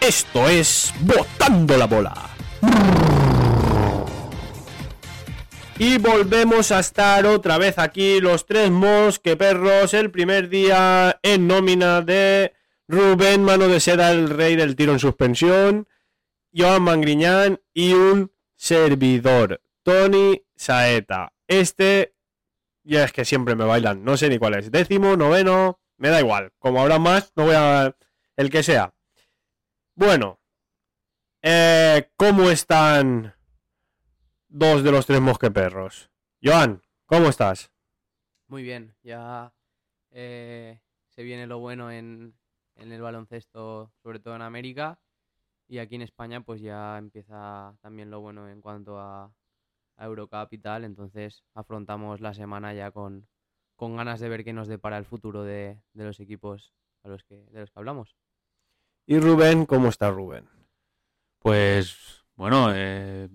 Esto es Botando la Bola. Y volvemos a estar otra vez aquí los tres mosqueperros el primer día en nómina de Rubén Mano de Seda, el rey del tiro en suspensión, Joan Mangriñán y un servidor, Tony Saeta. Este, ya es que siempre me bailan, no sé ni cuál es, décimo, noveno, me da igual, como habrá más, no voy a... el que sea. Bueno, eh, ¿cómo están dos de los tres mosqueperros? Joan, ¿cómo estás? Muy bien, ya eh, se viene lo bueno en, en el baloncesto, sobre todo en América. Y aquí en España, pues ya empieza también lo bueno en cuanto a, a Eurocup y tal. Entonces afrontamos la semana ya con, con ganas de ver qué nos depara el futuro de, de los equipos a los que, de los que hablamos. Y Rubén, ¿cómo está Rubén? Pues bueno, eh,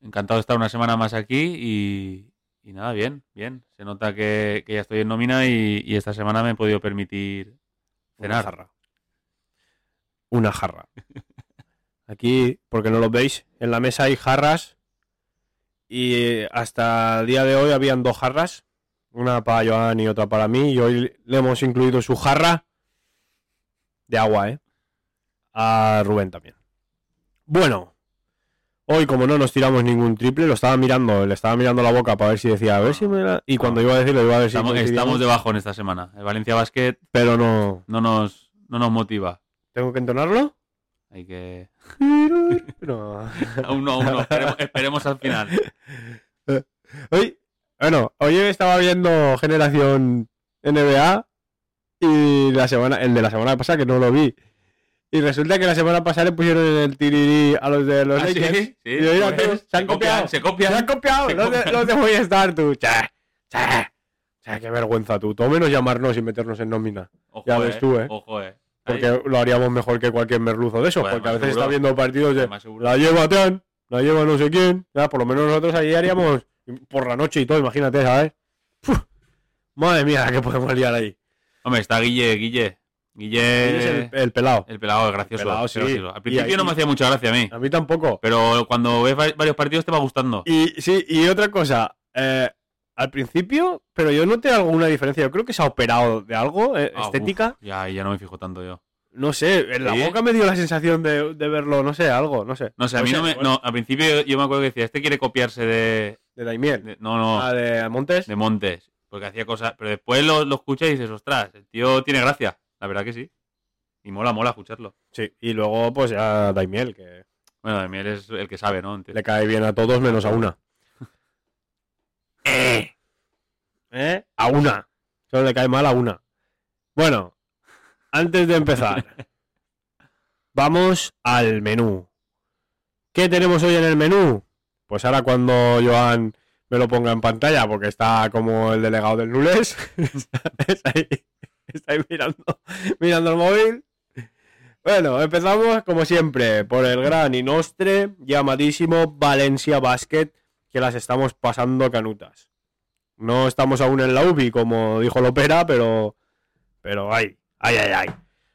encantado de estar una semana más aquí y, y nada, bien, bien. Se nota que, que ya estoy en nómina y, y esta semana me he podido permitir Una cenar. jarra. Una jarra. Aquí, porque no lo veis, en la mesa hay jarras. Y eh, hasta el día de hoy habían dos jarras. Una para Joan y otra para mí. Y hoy le hemos incluido su jarra de agua, ¿eh? A Rubén también. Bueno, hoy como no nos tiramos ningún triple, lo estaba mirando, le estaba mirando la boca para ver si decía, a ver si me la... Y cuando iba a decirlo, iba a ver si Estamos, coincidíamos, estamos debajo en esta semana. El Valencia Basket Pero no... no nos, no nos motiva. ¿Tengo que entonarlo? Hay que. No. Aún no, aún no. Esperemos, esperemos al final. Hoy, bueno, hoy estaba viendo Generación NBA y la semana, el de la semana pasada que no lo vi. Y resulta que la semana pasada le pusieron el tirirí a los de los Ah, sí, Lakers. sí, y yo, mira, pues, tú, se han copiado. copian, se Se copian. han copiado, se los, de, copian. los de Movistar, tú. Cha, cha, cha, qué vergüenza tú. Todo menos llamarnos y meternos en nómina. Ojo, Ya ves tú, eh. Ojo, eh. Porque Ahí. lo haríamos mejor que cualquier merluzo de esos. Bueno, porque a más veces está seguro. viendo partidos de Además, seguro. la lleva Tan, la lleva no sé quién. Ya, por lo menos nosotros ahí haríamos por la noche y todo, imagínate, ¿sabes? Puf, madre mía, la que podemos liar ahí. Hombre, está Guille, Guille. Él Guille. es el, el, el pelado. pelado, es gracioso. El pelado, es gracioso. sí. Al Y ahí- principio no me hacía mucha gracia a mí. A mí tampoco. Pero cuando ves va- varios partidos te va gustando. Y sí, y otra cosa, eh, al principio, pero yo noté alguna diferencia. Yo creo que se ha operado de algo, eh, Ah, uf, estética. ya, ya no me fijo tanto yo. No sé, en la Sí, ¿eh? boca me dio la sensación de, de verlo, no sé, algo, no sé. No sé, a mí no me. bueno, No, al principio yo, yo me acuerdo que decía, este quiere copiarse de. De Daimiel. de- no, no. Ah, de Montes. de Montes. Porque hacía cosas. Pero después lo, lo escuchas y dices, ostras, el tío tiene gracia. La verdad que sí. Y mola, mola escucharlo. Sí, y luego pues ya Daimiel, que Bueno, de miel es el que sabe, ¿no? Entiendo. Le cae bien a todos menos a una. ¿Eh? ¿Eh? A una. Solo le cae mal a una. Bueno, antes de empezar, vamos al menú. ¿Qué tenemos hoy en el menú? Pues ahora cuando Joan me lo ponga en pantalla, porque está como el delegado del Nules, está ahí, está ahí mirando, mirando el móvil. Bueno, empezamos como siempre por el gran y nostre llamadísimo Valencia Basket, que las estamos pasando canutas. No estamos aún en la UBI, como dijo Lopera, pero. Pero ay, ay, ay, ay.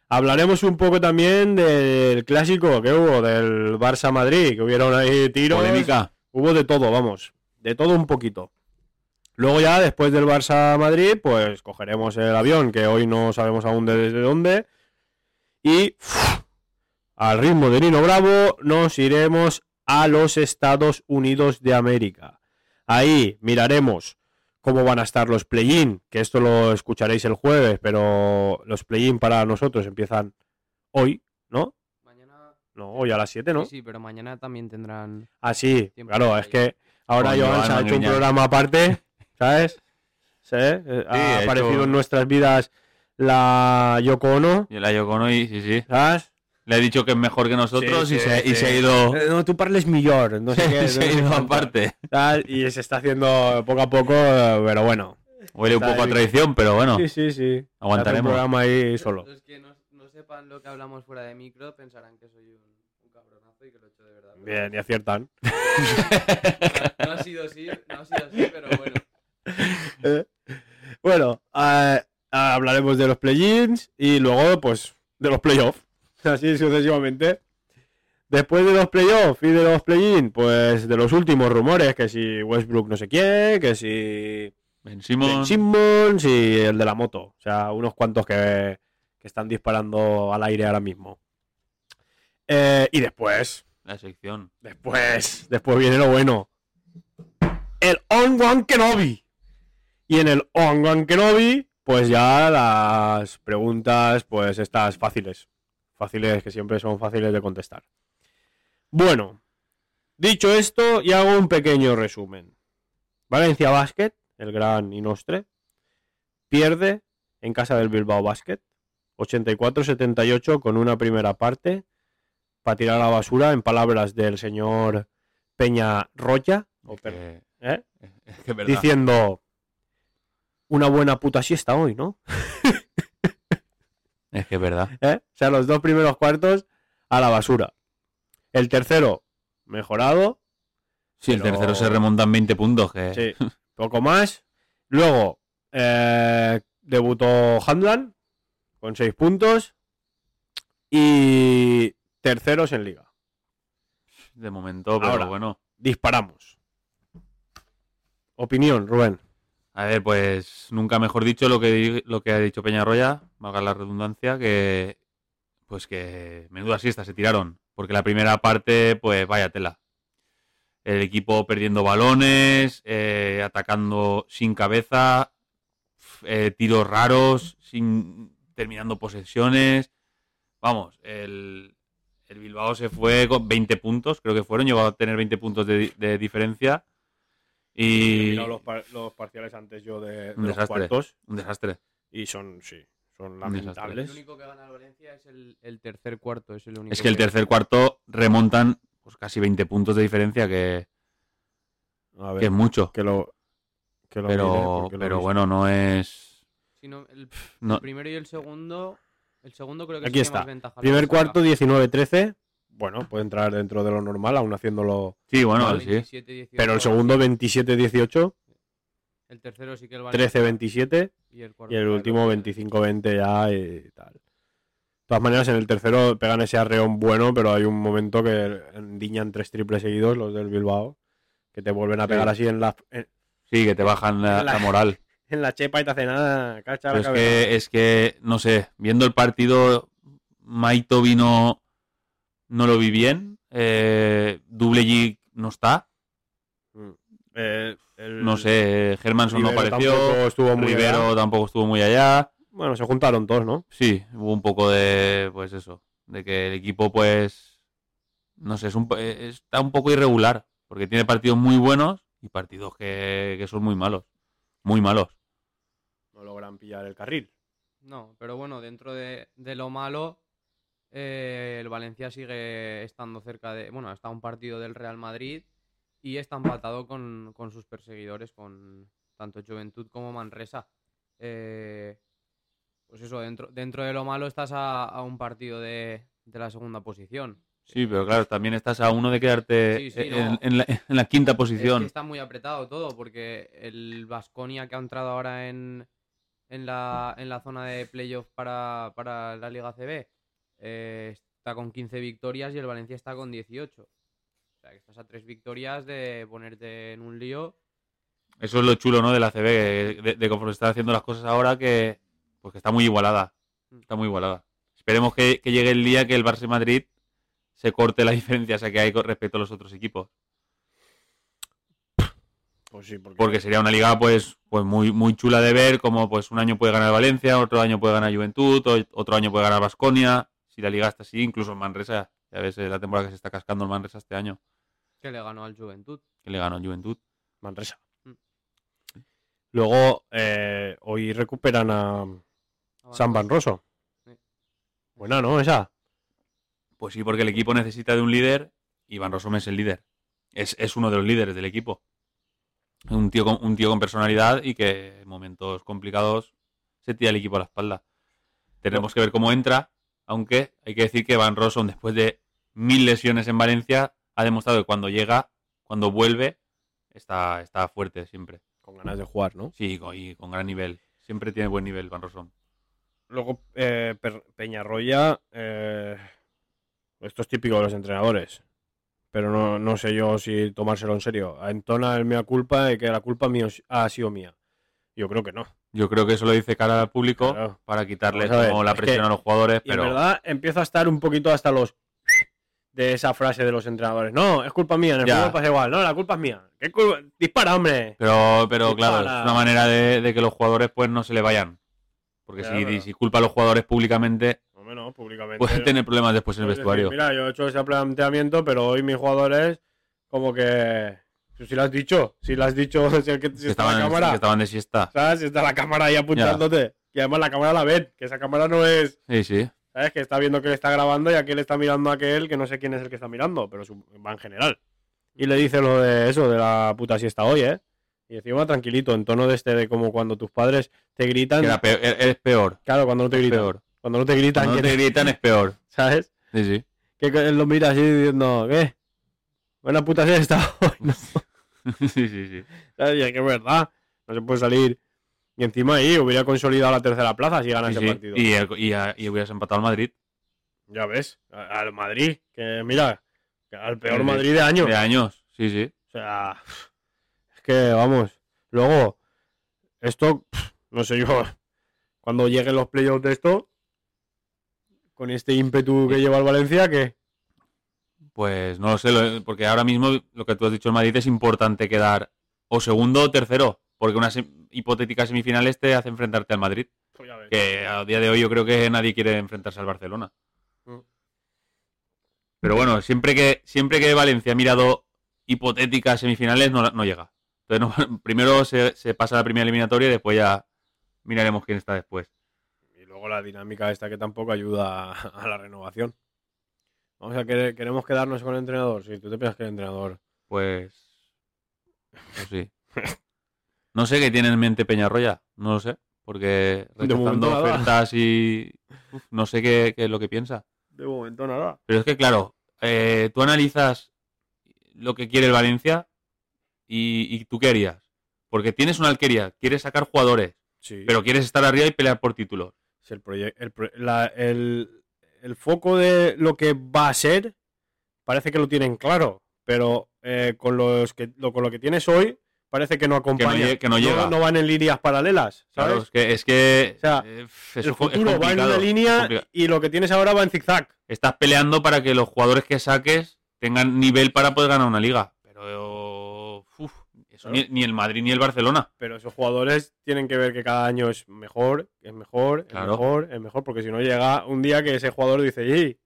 Hablaremos un poco también del clásico que hubo, del Barça Madrid, que hubieron ahí tiros. Polémica. Hubo de todo, vamos. De todo un poquito. Luego ya, después del Barça Madrid, pues cogeremos el avión, que hoy no sabemos aún desde dónde. Y al ritmo de Nino Bravo nos iremos a los Estados Unidos de América. Ahí miraremos cómo van a estar los play-in, que esto lo escucharéis el jueves, pero los play-in para nosotros empiezan hoy, ¿no? Mañana. No, hoy a las 7, ¿no? Sí, sí, pero mañana también tendrán. Ah, sí, Tiempo claro, de es que ahora Con Joan Joan se ha hecho un Manguiñán. programa aparte, ¿sabes? Sí, eh, Sí, ha ha aparecido hecho- en nuestras vidas la Yoko Ono, Y la Yocono y sí, sí. ¿sabes? Le he dicho que es mejor que nosotros Sí, y, sí, se, y sí. se ha ido. Eh, No, tú parles mejor, no sé qué. no se sé ha ido cuánto, aparte. tal, y se está haciendo poco a poco, eh, pero bueno. Huele un Está poco a ahí. traición, pero bueno. Sí, sí, sí. Aguantaremos. Se hace un programa ahí solo. Los que no, no sepan lo que hablamos fuera de micro pensarán que soy un, un cabronazo y que lo he hecho de verdad. pero Bien, y aciertan. No, no ha sido así, no ha sido así, pero bueno. Eh, Bueno, eh, hablaremos de los play-ins y luego, pues, de los playoffs. Así sucesivamente. Después de los playoffs y de los play-in, pues de los últimos rumores, que si Westbrook no sé quién, que si Ben Ben Simon, Simmons y el de la moto. O sea, unos cuantos que, que están disparando al aire ahora mismo. Eh, y después, la sección. Después, después viene lo bueno. El On-One Kenobi. Y en el On-One Kenobi, pues ya las preguntas, pues estas fáciles. Fáciles que siempre son fáciles de contestar. Bueno, dicho esto, y hago un pequeño resumen. Valencia Basket, el gran Inostre, pierde en casa del Bilbao Basket 84-78 con una primera parte para tirar a la basura, en palabras del señor Peña Roya, o Es Per- que- ¿eh? es que es verdad. diciendo una buena puta siesta hoy, ¿no? Es que es verdad. ¿Eh? O sea, los dos primeros cuartos a la basura. El tercero, mejorado, Si el Pero- tercero se remontan 20 puntos, que sí, poco más. Luego, eh, debutó Handlan con seis puntos. Y terceros en liga. de momento, pero Ahora. bueno. Disparamos. Opinión, Rubén. A ver, pues nunca mejor dicho lo que, di- lo que ha dicho Peñarroya, valga la redundancia, que pues que menuda siesta se tiraron, porque la primera parte, pues vaya tela. El equipo perdiendo balones, eh, atacando sin cabeza, f- eh, tiros raros, sin terminando posesiones. Vamos, el, el Bilbao se fue con 20 puntos, creo que fueron, llegó a tener 20 puntos de, di- de diferencia. Y parciales antes yo de, Un los desastre. cuartos, un desastre. Y son, sí, son Un desastre. El lamentables. único que gana el Valencia es el, el tercer cuarto. Es, el único Es que el tercer cuarto remontan pues, casi 20 puntos de diferencia, que, A que ver, es mucho. que lo. Que lo mire, Pero, porque lo he pero visto. bueno, no es. Si no, el, el No, primero y el segundo. El segundo creo que Aquí sí que más está. ventaja le Primer saca. cuarto, 19-13. Bueno, puede entrar dentro de lo normal, aún haciéndolo. sí, bueno, Vale, sí. 27, 18, Pero el segundo, 27-18, El tercero sí que el Valencia. 13-27. Y el, cuarto Y el ya último, lo- 25-20 ya y tal. De todas maneras, en el tercero pegan ese arreón bueno, pero hay un momento que endiñan tres triples seguidos los del Bilbao. Que te vuelven a Sí. pegar así en la, en, Sí, que te bajan la, Eh, La- la moral. en la chepa y te hacen nada. Cacha Pero la es cabeza. que, eh, es que, no sé, viendo el partido, Maito vino. No lo vi bien. Eh, Double G no está. Eh, el- No sé, Germanson no Rivero apareció. tampoco estuvo muy Rivero allá. tampoco estuvo muy allá. Bueno, se juntaron todos, ¿no? Sí, hubo un poco de, pues eso, de que el equipo, pues, no sé, es un po- eh, está un poco irregular, porque tiene partidos muy buenos y partidos que, que son muy malos, muy malos. No logran pillar el carril. No, pero bueno, dentro de, de lo malo, eh, el Valencia sigue estando cerca de. Bueno, está a un partido del Real Madrid y está empatado con, con sus perseguidores, con tanto Juventud como Manresa. Eh, pues eso, dentro, dentro de lo malo estás a, a un partido de, de la segunda posición. Sí, pero claro, también estás a uno de quedarte Sí, sí, en, no. en la, en la quinta Es que posición. está muy apretado todo, porque el Vasconia que ha entrado ahora en, en, la, en la zona de playoff para, para la Liga CB eh, está con 15 victorias y el Valencia está con 18. O sea, que estás a tres victorias de ponerte en un lío. Eso es lo chulo, ¿no? De la CB, que- de, de conforme está haciendo las cosas ahora, que, pues que está muy igualada. Está muy igualada. Esperemos que, que llegue el día que el Barça y Madrid se corte la diferencia esa que hay con respecto a los otros equipos. Pues sí, porque, porque sería una liga pues pues muy muy chula de ver como pues un año puede ganar Valencia otro año puede ganar Juventud o- otro año puede ganar Vasconia si la liga está así incluso el Manresa ya ves eh, la temporada que se está cascando el Manresa este año Que le ganó al Juventud. que le ganó el Juventud Manresa. Mm. Luego, eh, hoy recuperan a San Van Rosso. Sí. Buena, ¿no? Esa. pues sí porque el equipo necesita de un líder y Van Rossum es el líder es, es uno de los líderes del equipo un tío con, un tío con personalidad y que en momentos complicados se tira el equipo a la espalda tenemos que ver cómo entra aunque hay que decir que Van Rossum, después de mil lesiones en Valencia, ha demostrado que cuando llega, cuando vuelve, está, está fuerte siempre. Con ganas de jugar, ¿no? Sí, co- y con gran nivel. Siempre tiene buen nivel Van Rossum. Luego, eh, Per- Peñarroya. eh, esto es típico de los entrenadores. Pero no, no sé yo si tomárselo en serio. A Entona es mea culpa de que la culpa mío, ha sido mía. Yo creo que no. Yo creo que eso lo dice cara al público Claro. para quitarle Vamos a ver, como la es que- presión a los jugadores, Y pero en verdad empiezo a estar un poquito hasta los de esa frase de los entrenadores. No, es culpa mía, en el Ya. fútbol pasa igual. No, la culpa es mía. ¿Qué culpa? Dispara, hombre. Pero, pero Es claro, para- es una manera de, de que los jugadores pues no se le vayan. Porque Ya, si, pero- si culpa a los jugadores públicamente, Hombre, no, públicamente. pueden tener problemas después en el Puedes decir, vestuario. Mira, yo he hecho ese planteamiento, pero hoy mis jugadores, como que. Si lo has dicho, si lo has dicho, si, que, si que, está la estaban, cámara. que estaban de siesta. ¿Sabes? Si está la cámara ahí apuntándote. Y además la cámara la ven, que esa cámara no es. Sí, sí. ¿Sabes? Que está viendo que le está grabando y aquel está mirando a aquel, que no sé quién es el que está mirando, pero su- va en general. Y le dice lo de eso, de la puta siesta hoy, ¿eh? Y encima tranquilito, en tono de este, de como cuando tus padres te gritan. Que era peor, er- eres peor. Claro, cuando no te gritan. peor. Cuando no te gritan, Cuando que te te- gritan es peor. ¿sabes? Sí, sí. que co- él lo mira así diciendo, ¿qué? Buena puta siesta hoy, ¿no? sí, sí, sí. ¿Sabes? Y es que es verdad, no se puede salir. Y encima ahí hubiera consolidado la tercera plaza si gana Sí, ese sí. partido. Y, el- y a- y hubieras empatado al Madrid Ya ves, a- al Madrid, que mira, que al peor Sí, sí. Madrid de año. de años. Sí, sí. O sea, es que vamos. Luego, esto, pf, no sé yo, cuando lleguen los playoffs de esto, con este ímpetu que lleva el Valencia, que Pues no lo sé, lo- porque ahora mismo lo que tú has dicho en Madrid es importante quedar o segundo o tercero, porque unas sem- hipotéticas semifinales te hace enfrentarte al Madrid. Pues Que a día de hoy yo creo que nadie quiere enfrentarse al Barcelona. Mm. Pero bueno, siempre que, siempre que Valencia ha mirado hipotéticas semifinales, no, la- no llega. Entonces, no- primero se, se pasa la primera eliminatoria y después ya miraremos quién está después. Y luego la dinámica esta que tampoco ayuda a- a la renovación. Vamos a querer, queremos quedarnos con el entrenador. Si tú te piensas que el entrenador. Pues. pues sí. No sé qué tiene en mente Peñarroya, no lo sé. Porque rechazando momento nada. ofertas y. uf, no sé qué- qué es lo que piensa. De momento nada. Pero es que, claro, eh, tú analizas lo que quiere el Valencia y, y tú qué harías. Porque tienes una alquería, quieres sacar jugadores, Sí. pero quieres estar arriba y pelear por títulos. Si el, proye- el, pro- la- el- el foco de lo que va a ser parece que lo tienen claro. Pero eh, con, los que, lo, con lo que tienes hoy parece que no acompaña. lle- que no llega. No, van en líneas paralelas. ¿sabes? Claro, es que. Es que O sea, eh, f- es el co- es futuro va en complicado, una es línea complicado. y lo que tienes ahora va en zigzag. Estás peleando para que los jugadores que saques tengan nivel para poder ganar una liga. Pero. uf, eso Claro. ni, ni el Madrid ni el Barcelona. Pero esos jugadores tienen que ver que cada año es mejor, es mejor, es Claro. mejor, es mejor, porque si no llega un día que ese jugador dice, "Ey,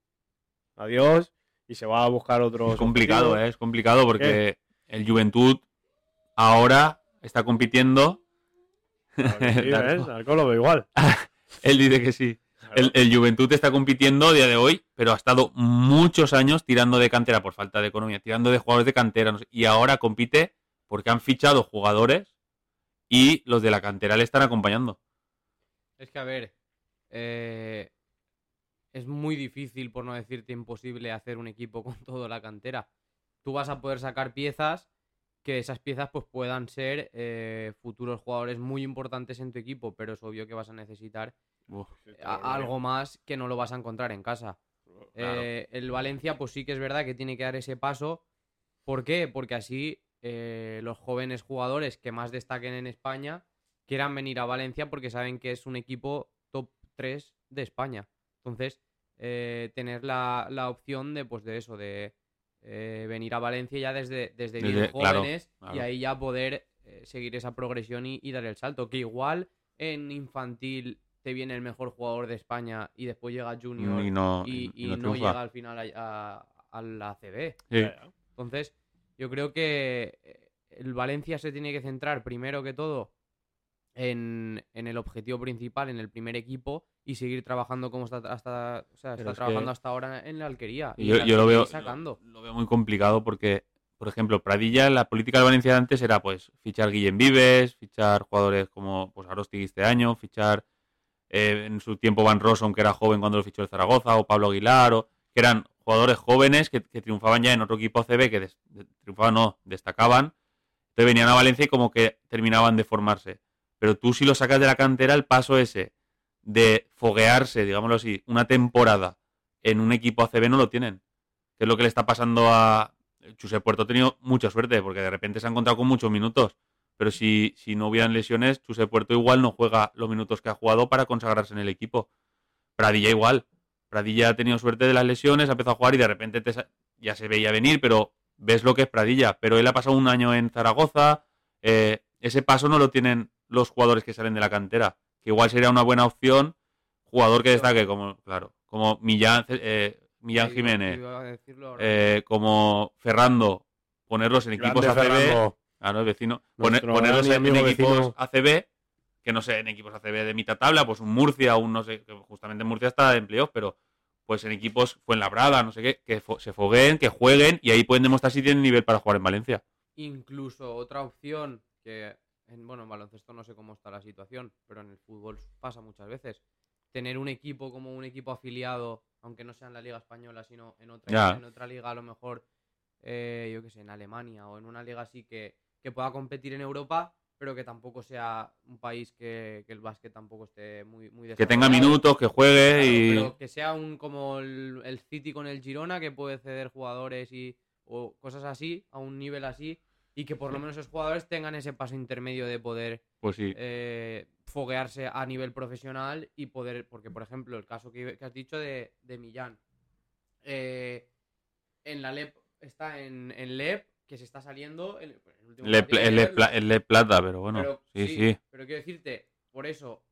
adiós, y se va a buscar otro. Es complicado, ¿eh? es complicado porque el Juventud ahora está compitiendo. Claro. lo veo igual. Él dice que sí. El, el Juventud está compitiendo a día de hoy, pero ha estado muchos años tirando de cantera por falta de economía, tirando de jugadores de cantera. no sé, y ahora compite porque han fichado jugadores y los de la cantera le están acompañando. Es que, a ver, eh, es muy difícil, por no decirte imposible, hacer un equipo con toda la cantera. Tú vas a poder sacar piezas que esas piezas pues puedan ser eh, futuros jugadores muy importantes en tu equipo, pero es obvio que vas a necesitar Eh, a- algo más que no lo vas a encontrar en casa. Claro. Eh, el Valencia, pues sí que es verdad que tiene que dar ese paso. ¿Por qué? Porque así eh, los jóvenes jugadores que más destaquen en España quieran venir a Valencia porque saben que es un equipo top 3 de España. Entonces, eh, tener la, la opción de, pues, de eso, de eh, venir a Valencia ya desde, desde bien Desde- claro, jóvenes y claro. ahí ya poder eh, seguir esa progresión y, y dar el salto. Que igual en infantil te viene el mejor jugador de España y después llega Junior Y no, y, y y no, no triunfa. llega al final a, a- a la ACB. Sí. Entonces, yo creo que eh, el Valencia se tiene que centrar primero que todo en, en el objetivo principal, en el primer equipo y seguir trabajando como está hasta o sea, Pero está es trabajando que- hasta ahora en la alquería. y Yo, la yo lo seguir veo sacando. Lo, lo veo muy complicado porque, por ejemplo, Pradilla, la política de Valencia de antes era pues fichar Guillem Vives, fichar jugadores como pues Arostig este año, fichar eh, en su tiempo Van Rossum, que era joven cuando lo fichó el Zaragoza, o Pablo Aguilar, o, que eran jugadores jóvenes que, que triunfaban ya en otro equipo CB, que des- de- triunfaban no, destacaban. Entonces venían a Valencia y como que terminaban de formarse. Pero tú si lo sacas de la cantera, el paso ese de foguearse, digámoslo así, una temporada en un equipo ACB no lo tienen. Que es lo que le está pasando a... Chuse Puerto ha tenido mucha suerte porque de repente se ha encontrado con muchos minutos. Pero si, si no hubieran lesiones, Chuse Puerto igual no juega los minutos que ha jugado para consagrarse en el equipo. Pradilla igual. Pradilla ha tenido suerte de las lesiones, ha empezado a jugar y de repente te sa- ya se veía venir, pero ves lo que es Pradilla. Pero él ha pasado un año en Zaragoza. eh, ese paso no lo tienen los jugadores que salen de la cantera. Que igual sería una buena opción. Jugador que destaque, como, claro, como Millán, eh, Millán Sí, iba- Jiménez, iba a decirlo ahora. eh, como Ferrando, ponerlos en equipos Grande ACB. Ferrando. Claro, el vecino. Pone- Nuestro ponerlos gran en, y en amigo equipos vecino. ACB, que no sé, en equipos ACB de mitad tabla, pues un Murcia, un no sé, que justamente Murcia está en playoff, pero pues en equipos Fuenlabrada, no sé qué, que fo- se fogueen, que jueguen y ahí pueden demostrar si tienen nivel para jugar en Valencia. Incluso otra opción que, en, bueno, en baloncesto no sé cómo está la situación, pero en el fútbol pasa muchas veces. Tener un equipo como un equipo afiliado, aunque no sea en la Liga Española, sino en otra, Ya. en otra liga, a lo mejor, eh, yo qué sé, en Alemania o en una liga así que, que pueda competir en Europa, pero que tampoco sea un país que, que el básquet tampoco esté muy, muy Que tenga desarrollado. minutos, que juegue Claro, y. pero que sea un como el, el City con el Girona, que puede ceder jugadores y o cosas así, a un nivel así, y que por lo menos esos jugadores tengan ese paso intermedio de poder Pues sí. eh, foguearse a nivel profesional y poder, porque por ejemplo, el caso que, que has dicho de, de Millán, eh, en la LEP está en, en LEP, que se está saliendo el, el último Le, partido hay que le- verlo. pla- le plata, pero bueno. sí, sí. Pero quiero decirte, por eso,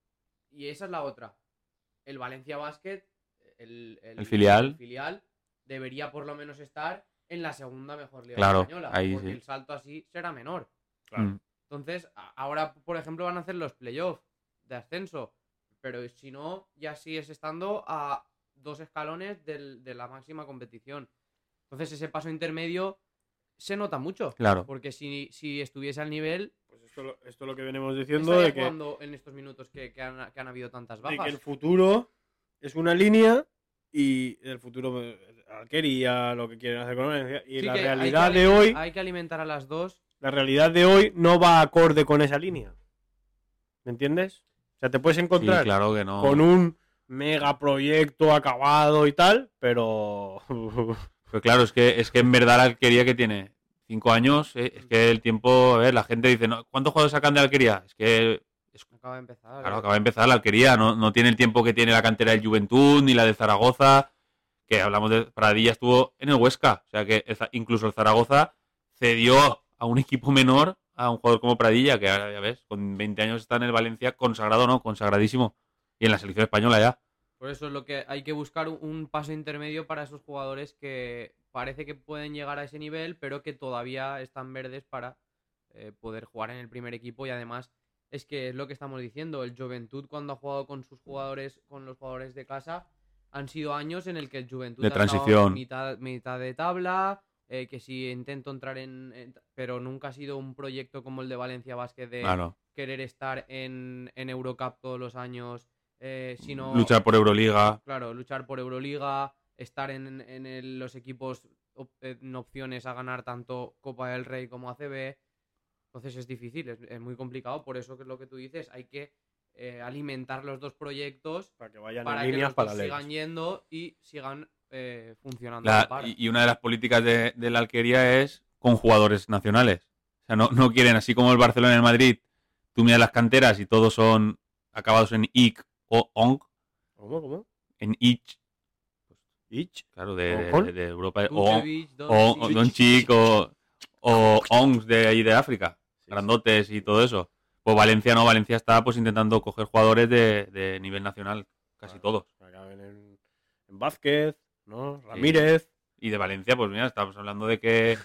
y esa es la otra. El Valencia Basket, el, El filial. filial, debería por lo menos estar en la segunda mejor liga Claro, española. ahí porque sí. el salto así será menor. Claro. Mm. Entonces, a- ahora, por ejemplo, van a hacer los playoffs de ascenso. Pero si no, ya sigues estando a dos escalones del- de la máxima competición. Entonces, ese paso intermedio se nota mucho. Claro. Porque si, si estuviese al nivel, Pues esto, lo- esto es lo que venimos diciendo estaría de que, jugando en estos minutos que, que han, que han habido tantas de que bajas. el futuro es una línea y el futuro pues, a Keri y a lo que quieren hacer con Valencia. Y Sí, la que hay que realidad de alimen- hoy, Hay que alimentar a las dos. la realidad de hoy no va acorde con esa línea. ¿Me entiendes? O sea, te puedes Sí, encontrar claro que no. con un megaproyecto acabado y tal, pero Pues claro, es que, es que en verdad la alquería que tiene cinco años, eh, es que el tiempo, a ver, la gente dice, no, ¿cuántos jugadores sacan de la alquería? Es que, Acaba de empezar. eh. claro, acaba de empezar la alquería, no, no tiene el tiempo que tiene la cantera del Juventud ni la de Zaragoza, que hablamos de Pradilla estuvo en el Huesca, o sea que el Za- incluso el Zaragoza cedió a un equipo menor a un jugador como Pradilla, que ahora ya ves, con 20 años está en el Valencia, consagrado no, consagradísimo, y en la selección española ya. Por eso es lo que hay que buscar un- un paso intermedio para esos jugadores que parece que pueden llegar a ese nivel, pero que todavía están verdes para eh, poder jugar en el primer equipo. Y además, es que es lo que estamos diciendo. El Juventud, cuando ha jugado con sus jugadores, con los jugadores de casa, han sido años en el que el Juventud De ha estado transición. mitad, mitad de tabla. eh, que si intento entrar en, en- Pero nunca ha sido un proyecto como el de Valencia Vázquez de Claro, querer estar en, en Eurocup todos los años, eh, sino luchar por Euroliga, claro, luchar por Euroliga, estar en, en el- los equipos op- eh, en opciones a ganar tanto Copa del Rey como ACB. Entonces es difícil, es, es muy complicado. Por eso que es lo que tú dices, hay que eh, alimentar los dos proyectos para que vayan para en que líneas los dos paralelas. sigan yendo y sigan eh, funcionando. a La- la par. y, y una de las políticas de, de la alquería es con jugadores nacionales. O sea, no, no quieren, así como el Barcelona y el Madrid, tú miras las canteras y todos son acabados en IC o ONG, ¿Cómo? ¿Cómo? en ICH, ¿Ich? claro, de, de- ¿Ojon? de Europa, o, Vucevic, o, o Doncic, Doncic, o, o ONGs de ahí de África, grandotes y todo eso. Pues Valencia no, Valencia está pues intentando coger jugadores de, de nivel nacional, casi Claro. todos. Acaben en, en Vázquez, ¿no? Ramírez. Y de Valencia, pues mira, estamos hablando de que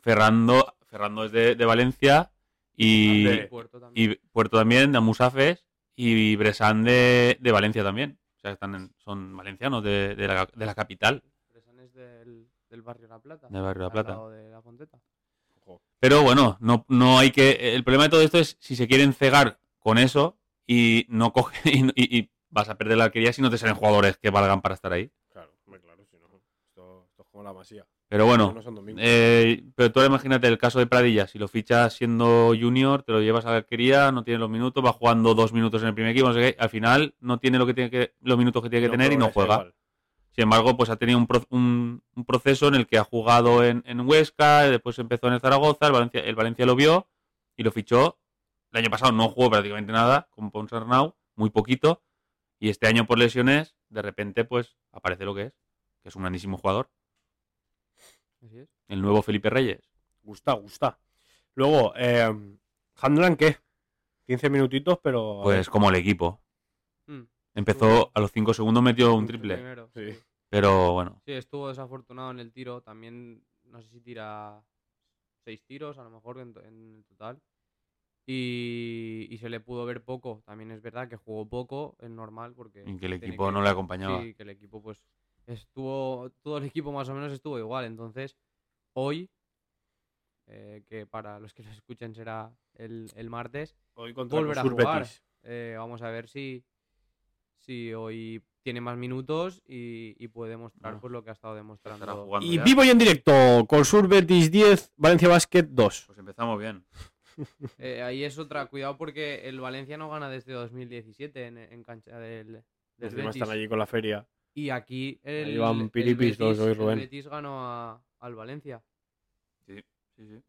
Ferrando, Ferrando es de, de Valencia y, Grande. Puerto también. y Puerto también, de Amusafes y Bresan de, de Valencia también. O sea, están en- son valencianos de, de la, de la capital, Fresán es del, del barrio La Plata. de Barrio La al Plata. lado de La Fonteta. Ojo. Pero bueno, no, no hay que. El problema de todo esto es si se quieren cegar con eso y no coge, y, y- y vas a perder la alquería si no te salen jugadores que valgan para estar ahí. Claro, hombre, claro, si no. Esto, esto es como la masía. Pero bueno, No son domingos. eh, pero tú ahora imagínate el caso de Pradilla. Si lo fichas siendo junior, te lo llevas a la alquería, no tiene los minutos, va jugando dos minutos en el primer equipo, no sé qué. Al final no tiene lo que tiene que, los minutos que tiene que No tener y no progresa juega. igual. Sin embargo, pues ha tenido un, pro- un- un proceso en el que ha jugado en, en Huesca, después empezó en el Zaragoza, el Valencia, el Valencia lo vio y lo fichó. El año pasado no jugó prácticamente nada con Ponsarnau, muy poquito. Y este año por lesiones, de repente, pues aparece lo que es, que es un grandísimo jugador, Así es. el nuevo Felipe Reyes. Gusta, gusta. Luego, eh, Handlan, ¿qué? 15 minutitos, pero. a Pues como el equipo. Mm, Empezó a los 5 segundos, metió un Un triple. primero, Sí. sí. Pero bueno, Sí, estuvo desafortunado en el tiro. También, no sé si tira seis tiros, a lo mejor, en, to- en el total. Y, y se le pudo ver poco. También es verdad que jugó poco, es normal, porque... y que el tiene equipo que- no le acompañaba. Sí, que el equipo pues estuvo, todo el equipo más o menos estuvo igual. Entonces, hoy, eh, que para los que nos escuchen será el, el martes, Hoy contra volver a Sur jugar. Betis. Eh, vamos a ver si, si hoy tiene más minutos y, y puede mostrar Bueno, pues lo que ha estado demostrando. Estará jugando Y ya. vivo y en directo, con Sur Betis 10, Valencia Basket 2. Pues empezamos bien. Eh, ahí es otra, cuidado porque el Valencia no gana desde 2017 en, en cancha del, del Encima Betis. están allí con la feria. Y aquí el, van el piripis los Betis- hoy, el Rubén. Betis ganó a- al Valencia. Sí, sí.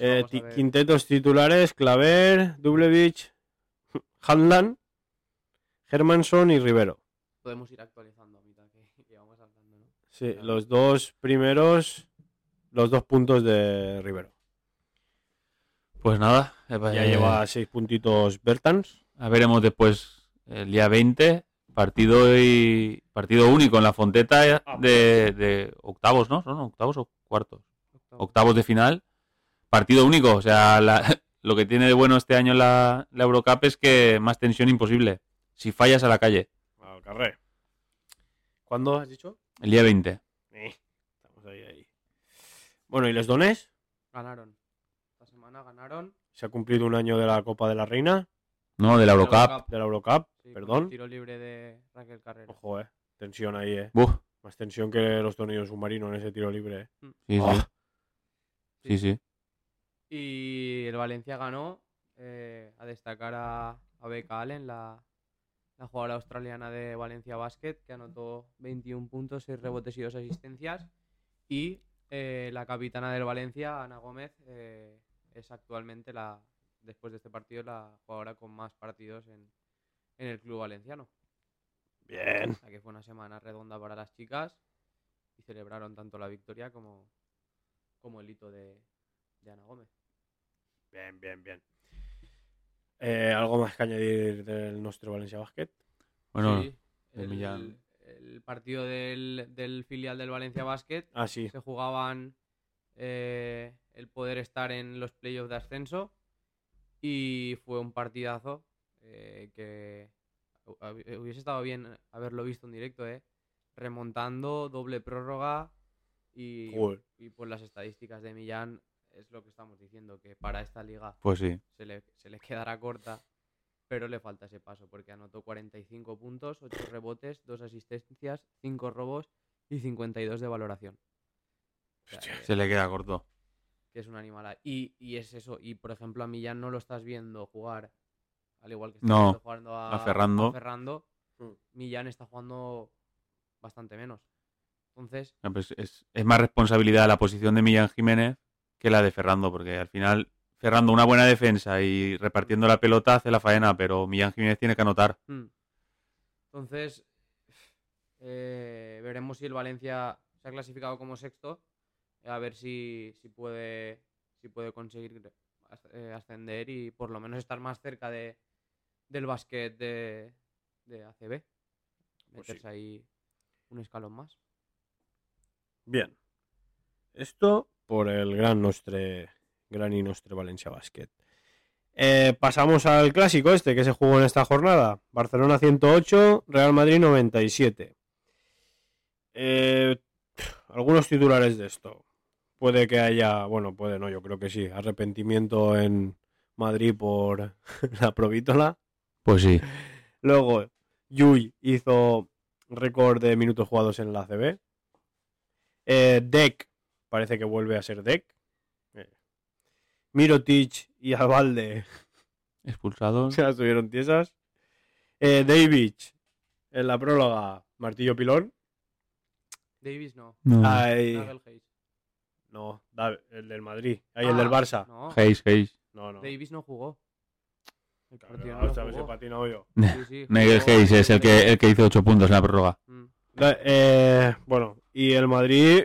Eh, Pues vamos a ti- ver. quintetos titulares, Claver, Dublevich, Handlan, Hermanson y Rivero. podemos ir actualizando a mitad que, que vamos hablando, ¿no? Sí, Claro. los dos primeros, los dos puntos de Rivero. Pues nada, eh, Ya eh, lleva seis puntitos Bertans. A veremos después el día 20, partido y partido único en la Fonteta de, de octavos, ¿no? ¿Son octavos o cuartos? Octavo. Octavos de final, partido único. O sea, la- lo que tiene de bueno este año la, la Eurocup es que más tensión imposible. Si fallas a la calle, Al carré. ¿Cuándo has dicho? el día 20. Eh, estamos ahí, ahí. Bueno, ¿y los dones? Ganaron. Esta semana ganaron. Se ha cumplido un año de la Copa de la Reina, No, de la Eurocup. Eurocup. de la Eurocup, Sí, con el perdón. Tiro libre de Raquel Carrera. Ojo, eh. Tensión ahí, eh. Buf, Más tensión que los tornillos submarinos en ese tiro libre. eh. sí, sí, Oh. sí, sí. Y el Valencia ganó. eh, a destacar a, a Becca Allen, la, la jugadora australiana de Valencia Basket, que anotó 21 puntos, 6 rebotes y 2 asistencias. Y eh, la capitana del Valencia, Ana Gómez, eh, es actualmente la, después de este partido, la jugadora con más partidos en, en el club valenciano. Bien. O sea que fue una semana redonda para las chicas y celebraron tanto la victoria como, como el hito de, de Ana Gómez. Bien, bien, bien. Eh, ¿Algo más que añadir del nuestro Valencia Basket? Bueno, Sí, de el, Millán. el partido del, del filial del Valencia Basket Ah, sí. se jugaban eh, el poder estar en los playoffs de ascenso y fue un partidazo eh, que hu- hab- hubiese estado bien haberlo visto en directo, eh. remontando, doble prórroga y, Joder. y por las estadísticas de Millán es lo que estamos diciendo, que para esta liga pues sí. se le, se le quedará corta, pero le falta ese paso, porque anotó 45 puntos, 8 rebotes, 2 asistencias, 5 robos y 52 de valoración. O sea, Hostia. que- Se le queda corto. que es un animal. Y, y es eso, y por ejemplo a Millán no lo estás viendo jugar, al igual que estás No, viendo jugando a, a Ferrando. Ferrando, Mm. Millán está jugando bastante menos. Entonces, Ah, pues es, es más responsabilidad la posición de Millán Jiménez que la de Ferrando, porque al final Ferrando una buena defensa y repartiendo la pelota hace la faena, pero Millán Jiménez tiene que anotar. Mm. Entonces, eh, veremos si el Valencia se ha clasificado como sexto. eh, A ver si, si puede, si puede conseguir as- eh, ascender y por lo menos estar más cerca de, del básquet de, de ACB. Pues sí. Meterse ahí un escalón más. Bien. Esto por el gran nostre, gran y nostre Valencia Basket. Eh, pasamos al clásico este que se jugó en esta jornada. Barcelona 108, Real Madrid 97. Eh, pf, algunos titulares de esto. Puede que haya, bueno, puede no, yo creo que sí, arrepentimiento en Madrid por la provítola. Pues sí. Luego, Yui hizo récord de minutos jugados en la CB. Eh, Deck, parece que vuelve a ser Deck. Eh, Mirotic y Avalde Expulsados. se las tuvieron tiesas. Eh, David, en la próloga, Martillo Pilón. Davis no. No. Ay, Nagel Hayes. no, da- el del Madrid. Ahí el Ah, del Barça. No, Hayes, Hayes. No, no. Davis no jugó. El Cabrón, partido no hostia, lo me he jugó. patinado yo. Sí, sí, Nigel jugó Hayes es el que, Davis. el que hizo 8 puntos en la prórroga. Mm. Da- eh, bueno, y el Madrid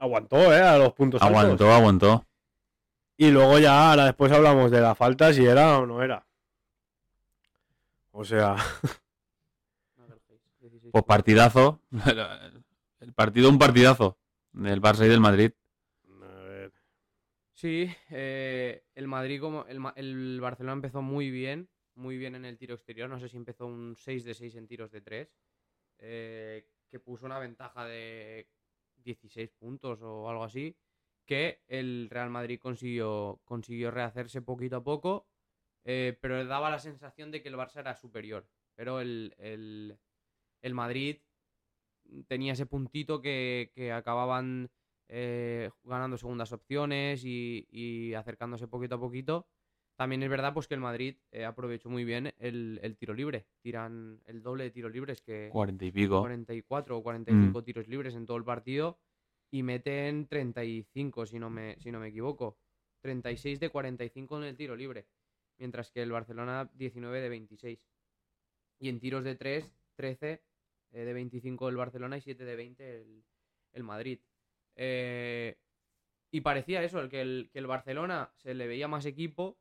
aguantó, ¿eh? A los puntos altos. Aguantó, aguantó. Y luego ya, ahora después hablamos de la falta, si era o no era. O sea, Nagel Hayes, 16 Pues partidazo. El partido, un partidazo. Del Barça y del Madrid. a ver, Sí, eh, el Madrid como el, Ma- el Barcelona empezó muy bien, muy bien en el tiro exterior, no sé si empezó un 6 de 6 en tiros de 3, eh, que puso una ventaja de 16 puntos o algo así, que el Real Madrid consiguió, consiguió rehacerse poquito a poco, eh, pero daba la sensación de que el Barça era superior, pero el, el, el Madrid tenía ese puntito que, que acababan eh, ganando segundas opciones y, y acercándose poquito a poquito. También es verdad pues que el Madrid eh, aprovechó muy bien el, el tiro libre. Tiran el doble de tiros libres que 40 y pico. 44 o 45 tiros libres en todo el partido y meten 35 si no me si no me equivoco. 36 de 45 en el tiro libre, mientras que el Barcelona 19 de 26. Y en tiros de 3, 13 eh, de 25 el Barcelona y 7 de 20 el, el Madrid. Eh, y parecía eso, el que, el que el Barcelona se le veía más equipo,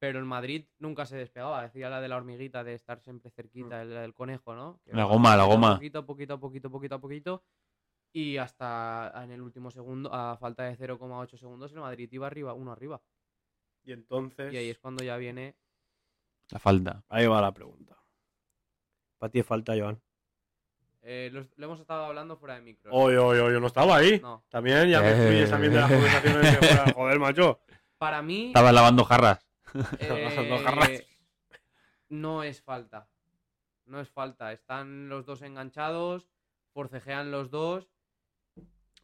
pero el Madrid nunca se despegaba. Decía la de la hormiguita de estar siempre cerquita, la del conejo, ¿no? Que La va goma, poquito la a goma. Poquito a poquito, a poquito, poquito a poquito. Y hasta en el último segundo, a falta de 0,8 segundos, el Madrid iba arriba, uno arriba. y entonces. Y ahí es cuando ya viene. La falta. Ahí va la pregunta. ¿Para ti es falta, Joan? eh, los- lo hemos estado hablando fuera de micro. Oye, oye, oye, no estaba ahí. No. También, ya me Eh. excluyes también de las conversaciones de fuera. Joder, macho. Para mí. Estabas lavando jarras. Los jarras. Eh, no es falta. No es falta. Están los dos enganchados, forcejean los dos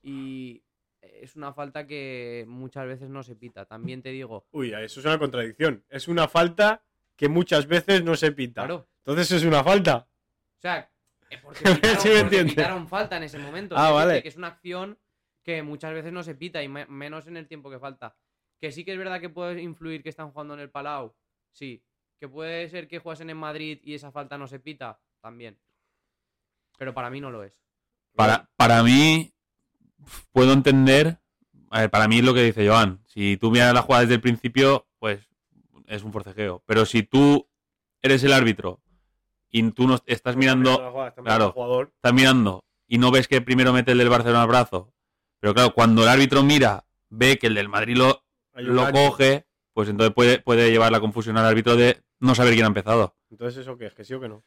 y es una falta que muchas veces no se pita. También te digo, Uy, eso es una contradicción. Es una falta que muchas veces no se pita. claro, o Entonces es una falta. sea, eh, porque pitaron, Sí me porque entiendes. pitaron falta en ese momento. Ah, Es decir, vale. Que es una acción que muchas veces no se pita y me- menos en el tiempo que falta. Que sí que es verdad que puede influir que están jugando en el Palau, sí. Que puede ser que jugasen en Madrid y esa falta no se pita, también. Pero para mí no lo es. Para, para mí, pf, puedo entender. A ver, para mí es lo que dice Joan. Si tú miras la jugada desde el principio, pues es un forcejeo. Pero si tú eres el árbitro y tú no estás mirando, la jugada, estás claro. mirando al jugador. estás mirando y no ves que primero mete el del Barcelona brazo. Pero claro, cuando el árbitro mira, ve que el del Madrid lo, Hay un lo gancho. coge, pues entonces puede, puede llevar la confusión al árbitro de no saber quién ha empezado. Entonces, ¿eso qué es? ¿Que sí o que no?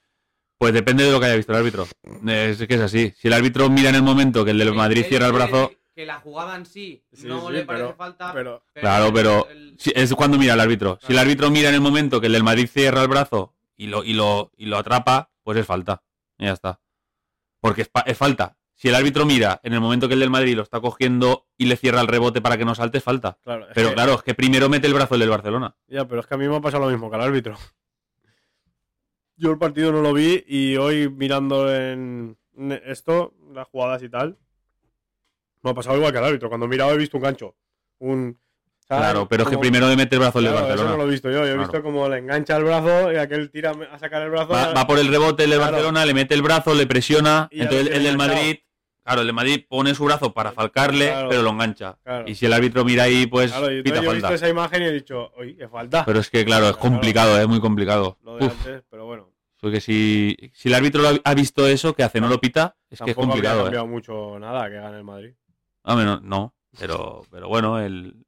Pues depende de lo que haya visto el árbitro. Es que es así. Si el árbitro mira en el momento que el del Que- Madrid que- cierra el que- brazo, Que la jugada en sí Sí, no sí, le parece pero- Ah. falta. Pero Claro, pero el- si- es cuando mira el árbitro. Si el árbitro mira en el momento que el del Madrid cierra el brazo y lo, y lo, y lo atrapa, pues es falta. Y ya está. Porque es, pa- es falta. Si el árbitro mira en el momento que el del Madrid lo está cogiendo y le cierra el rebote para que no salte, es falta. Claro, es Pero que- claro, es que primero mete el brazo el del Barcelona. Ya, pero es que a mí me ha pasado lo mismo que al árbitro. Yo el partido no lo vi y hoy mirando en en esto, las jugadas y tal, me ha pasado igual que al árbitro. Cuando he mirado he visto un gancho. Un, ¿sabes? Claro, pero es que Como- primero mete el brazo el del Claro, Eso no Barcelona. lo he visto yo. Yo he Claro. visto como le engancha el brazo y aquel tira a sacar el brazo. Va, va por el rebote el del Claro. Barcelona, le mete el brazo, le presiona. Y ya entonces lo el, el del tiene enganchado. Madrid, claro, el del Madrid pone su brazo para falcarle, Claro. pero lo engancha. Claro. Y si el árbitro mira ahí, pues Claro, y pita entonces yo he falta. visto esa imagen y he dicho, oye, que falta. Pero es que, claro, es Claro. complicado, es muy complicado. Lo de Uf, antes, pero bueno. porque si, si el árbitro lo ha- ha visto eso, que hace no lo pita, es que es tampoco habría complicado. ¿eh? cambiado mucho nada que gane el Madrid. A menos, no, pero, pero bueno, el,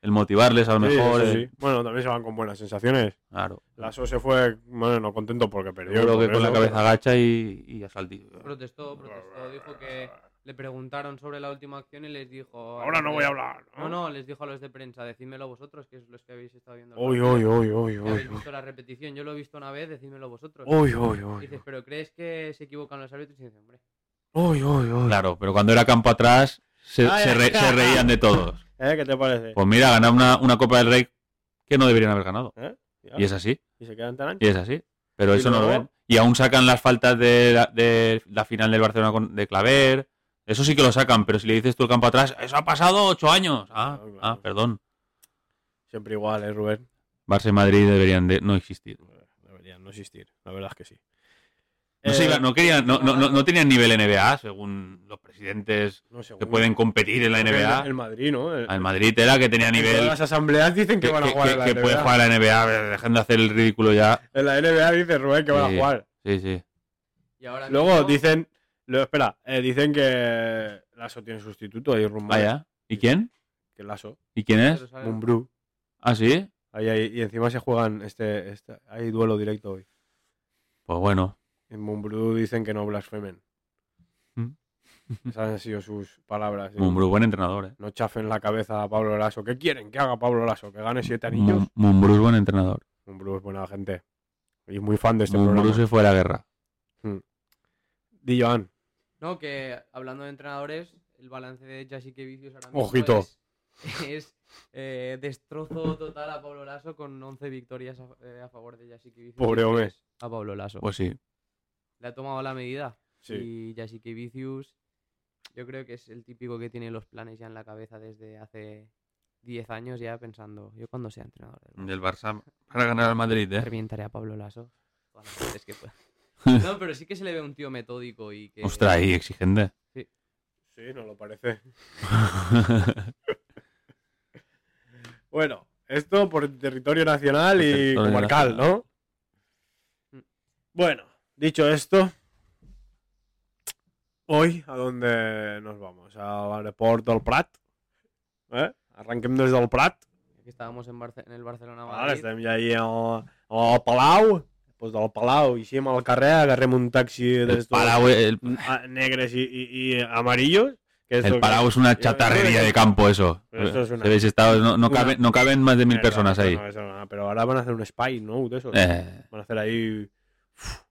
el motivarles a lo Sí, mejor. eso el- sí. Bueno, también se van con buenas sensaciones. Claro. La SO se fue, bueno, no contento porque perdió. Yo creo que por con la eso, cabeza pero- agacha y, y asalti. Protestó, protestó. Dijo que le preguntaron sobre la última acción y les dijo. Ahora no voy a hablar. No, no, les dijo a los de prensa, decídmelo vosotros, que es los que habéis estado viendo. el Uy, partido, uy, uy, uy, que habéis uy. visto la repetición. Yo lo he visto una vez, decídmelo vosotros. Uy, uy, Y uy. dices, pero ¿crees que se equivocan los árbitros? Y dices, hombre, Uy, uy, uy. Claro, pero cuando era campo atrás se, Ay, se re- ajá. se reían de todos. ¿Eh? ¿Qué te parece? Pues mira, ganar una, una Copa del Rey que no deberían haber ganado. ¿Eh? Ya. Y es así, Y se quedan tan y anchos. es así. Pero Y eso no lo luego- ven. Y aún sacan las faltas de la, de la final del Barcelona con- de Claver. Eso sí que lo sacan, pero si le dices tú el campo atrás, eso ha pasado ocho años. Ah, Claro, claro. ah perdón. Siempre igual, ¿eh, Rubén? Barça y Madrid deberían de no existir. Deberían no existir. La verdad es que sí. No, se Eh, iba- no, querían, no, no- no- no tenían nivel NBA, según los presidentes Eh, no sé, que uy. pueden competir en la Creo que NBA. El, el Madrid, ¿no? El, Al Ah, Madrid era que tenía en todas nivel. Las asambleas dicen que, Que, van a que- jugar que- en la que NBA. puede jugar a la NBA. Dejen de hacer el ridículo ya. En la NBA dice Rubén que van Sí. a jugar. Sí, sí. Y ahora Luego mismo- dicen. Luego, espera, eh, dicen que Lasso tiene sustituto. Hay rumores Vaya. ¿Y quién? que Lasso, ¿Y quién ¿eh? es? Pero sale- Mumbrú. ¿Ah, sí? Ahí, ahí, y encima se juegan. este, este Hay duelo directo hoy. Pues bueno. En Mumbrú dicen que no blasfemen. Mm. Esas han sido sus palabras. Mumbrú, buen entrenador, ¿eh? No chafen la cabeza a Pablo Lasso. ¿Qué quieren que haga Pablo Lasso? ¿Que gane siete anillos? Mum- Mumbrú es buen entrenador. Mumbrú es buena gente. Y muy fan de este Mumbrú programa. se fue a la guerra. Di Joan. No, que hablando de entrenadores, el balance de Jasique Vicius ahora mismo Ojito. es, es, eh, destrozo total a Pablo Lasso con 11 victorias a, eh, a favor de Jasique Vicius. Pobre y hombre. tres A Pablo Lasso. Pues sí. Le ha tomado la medida. Sí. Y Jasique Vicius, yo creo que es el típico que tiene los planes ya en la cabeza desde hace 10 años ya pensando, yo cuando sea entrenador del Barça, Del Barça para ganar al Madrid, ¿eh? revientaré a Pablo Lasso todas las veces que pueda. No, pero sí que se le ve un tío metódico y que... Ostras, y exigente. Sí, no lo parece. Bueno, esto por territorio nacional Por y territorio comarcal, nacional. ¿no? Mm. Bueno, dicho esto, hoy a dónde nos vamos? Al aeropuerto del Prat. ¿Eh? Arranquem des del Prat. que estábamos en, Barce- en el Barcelona Ara Madrid. estem ja ahí al, al Palau. Pues del Palau, ixim al carrer, agarrem un taxi El d'estos Palau, el- a- negres y, y- y amarillos. Que esto el Palau es una chatarrería de campo, eso. Pero eso es una- Se veis estado- no, no una- caben, no caben más de mil Eh, personas claro, ahí. no, eso no, pero ahora van a hacer un spy, ¿no? De esos. Eh. Van a hacer ahí. Uf,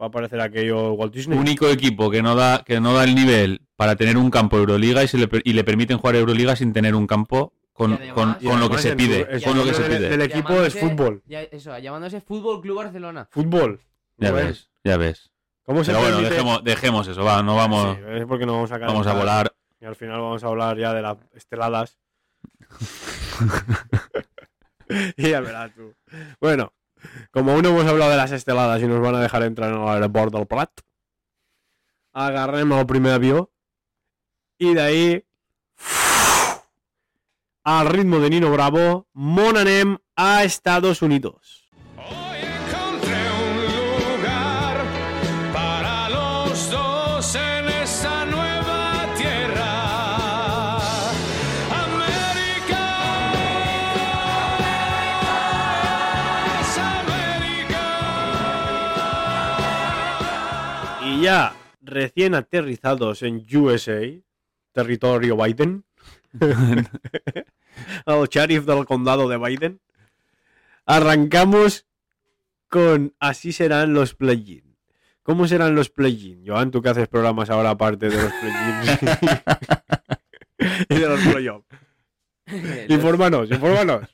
Va a aparecer aquello Walt Disney. único equipo que no da que no da el nivel para tener un campo Euroliga y, se le, per- y le permiten jugar Euroliga sin tener un campo con, Y además- con- Y con lo que además se el- pide. el con lo que se nombre del- pide. Del equipo Llamándose- es fútbol. Ya, eso, llamándose Fútbol Club Barcelona. Fútbol. Ya Bueno, ves, ya ves. ¿Cómo se Pero bueno, permite? dejemos, dejemos eso, va, no vamos, Sí, es porque no vamos a vamos a calentar. volar. Y al final vamos a hablar ya de las esteladas. y ya verás tú. Bueno, como aún no hemos hablado de las esteladas y nos van a dejar entrar en el aeropuerto del Prat, agarremos el primer avión y de ahí, al ritmo de Nino Bravo, monanem a Estados Unidos. Hoy encontré un lugar para los dos en esta nueva tierra. América es América. Y ya, recién aterrizados en USA, territorio Biden, al sheriff del condado de Biden, arrancamos con Así serán los play-in. ¿Cómo serán los play-in? Joan, tú que haces programas ahora aparte de los play-in y de los playoffs. Infórmanos, infórmanos.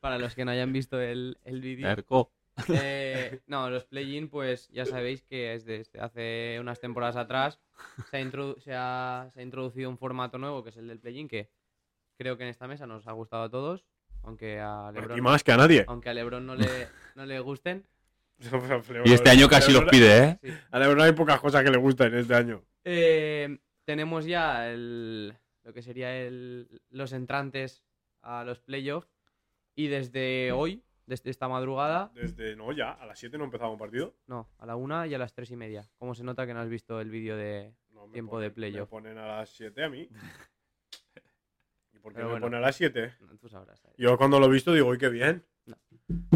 Para los que no hayan visto el, el vídeo. Cerco. Eh, no, los play-in, pues ya sabéis que es desde hace unas temporadas atrás se ha, introdu- se ha- se ha introducido un formato nuevo que es el del play-in que creo que en esta mesa nos ha gustado a todos, aunque a Y Lebron, más que a nadie. aunque a Lebron no le, no le gusten. Y este año casi los pide, ¿eh? Sí. A Lebron hay pocas cosas que le gustan este año. Eh, tenemos ya el- lo que sería el- los entrantes a los playoffs. Y desde hoy, desde esta madrugada, Desde, no, ya, a las 7 no empezaba un partido. no, a la una y a las tres y media. Como se nota que no has visto el vídeo de. No, me Tiempo de ponen- playoff. Me ponen a las 7 a mí. ¿Y por qué Pero me bueno. ponen a las 7? no, tú sabrás, eh. ¿sabes? Yo cuando lo he visto digo, uy, qué bien. No.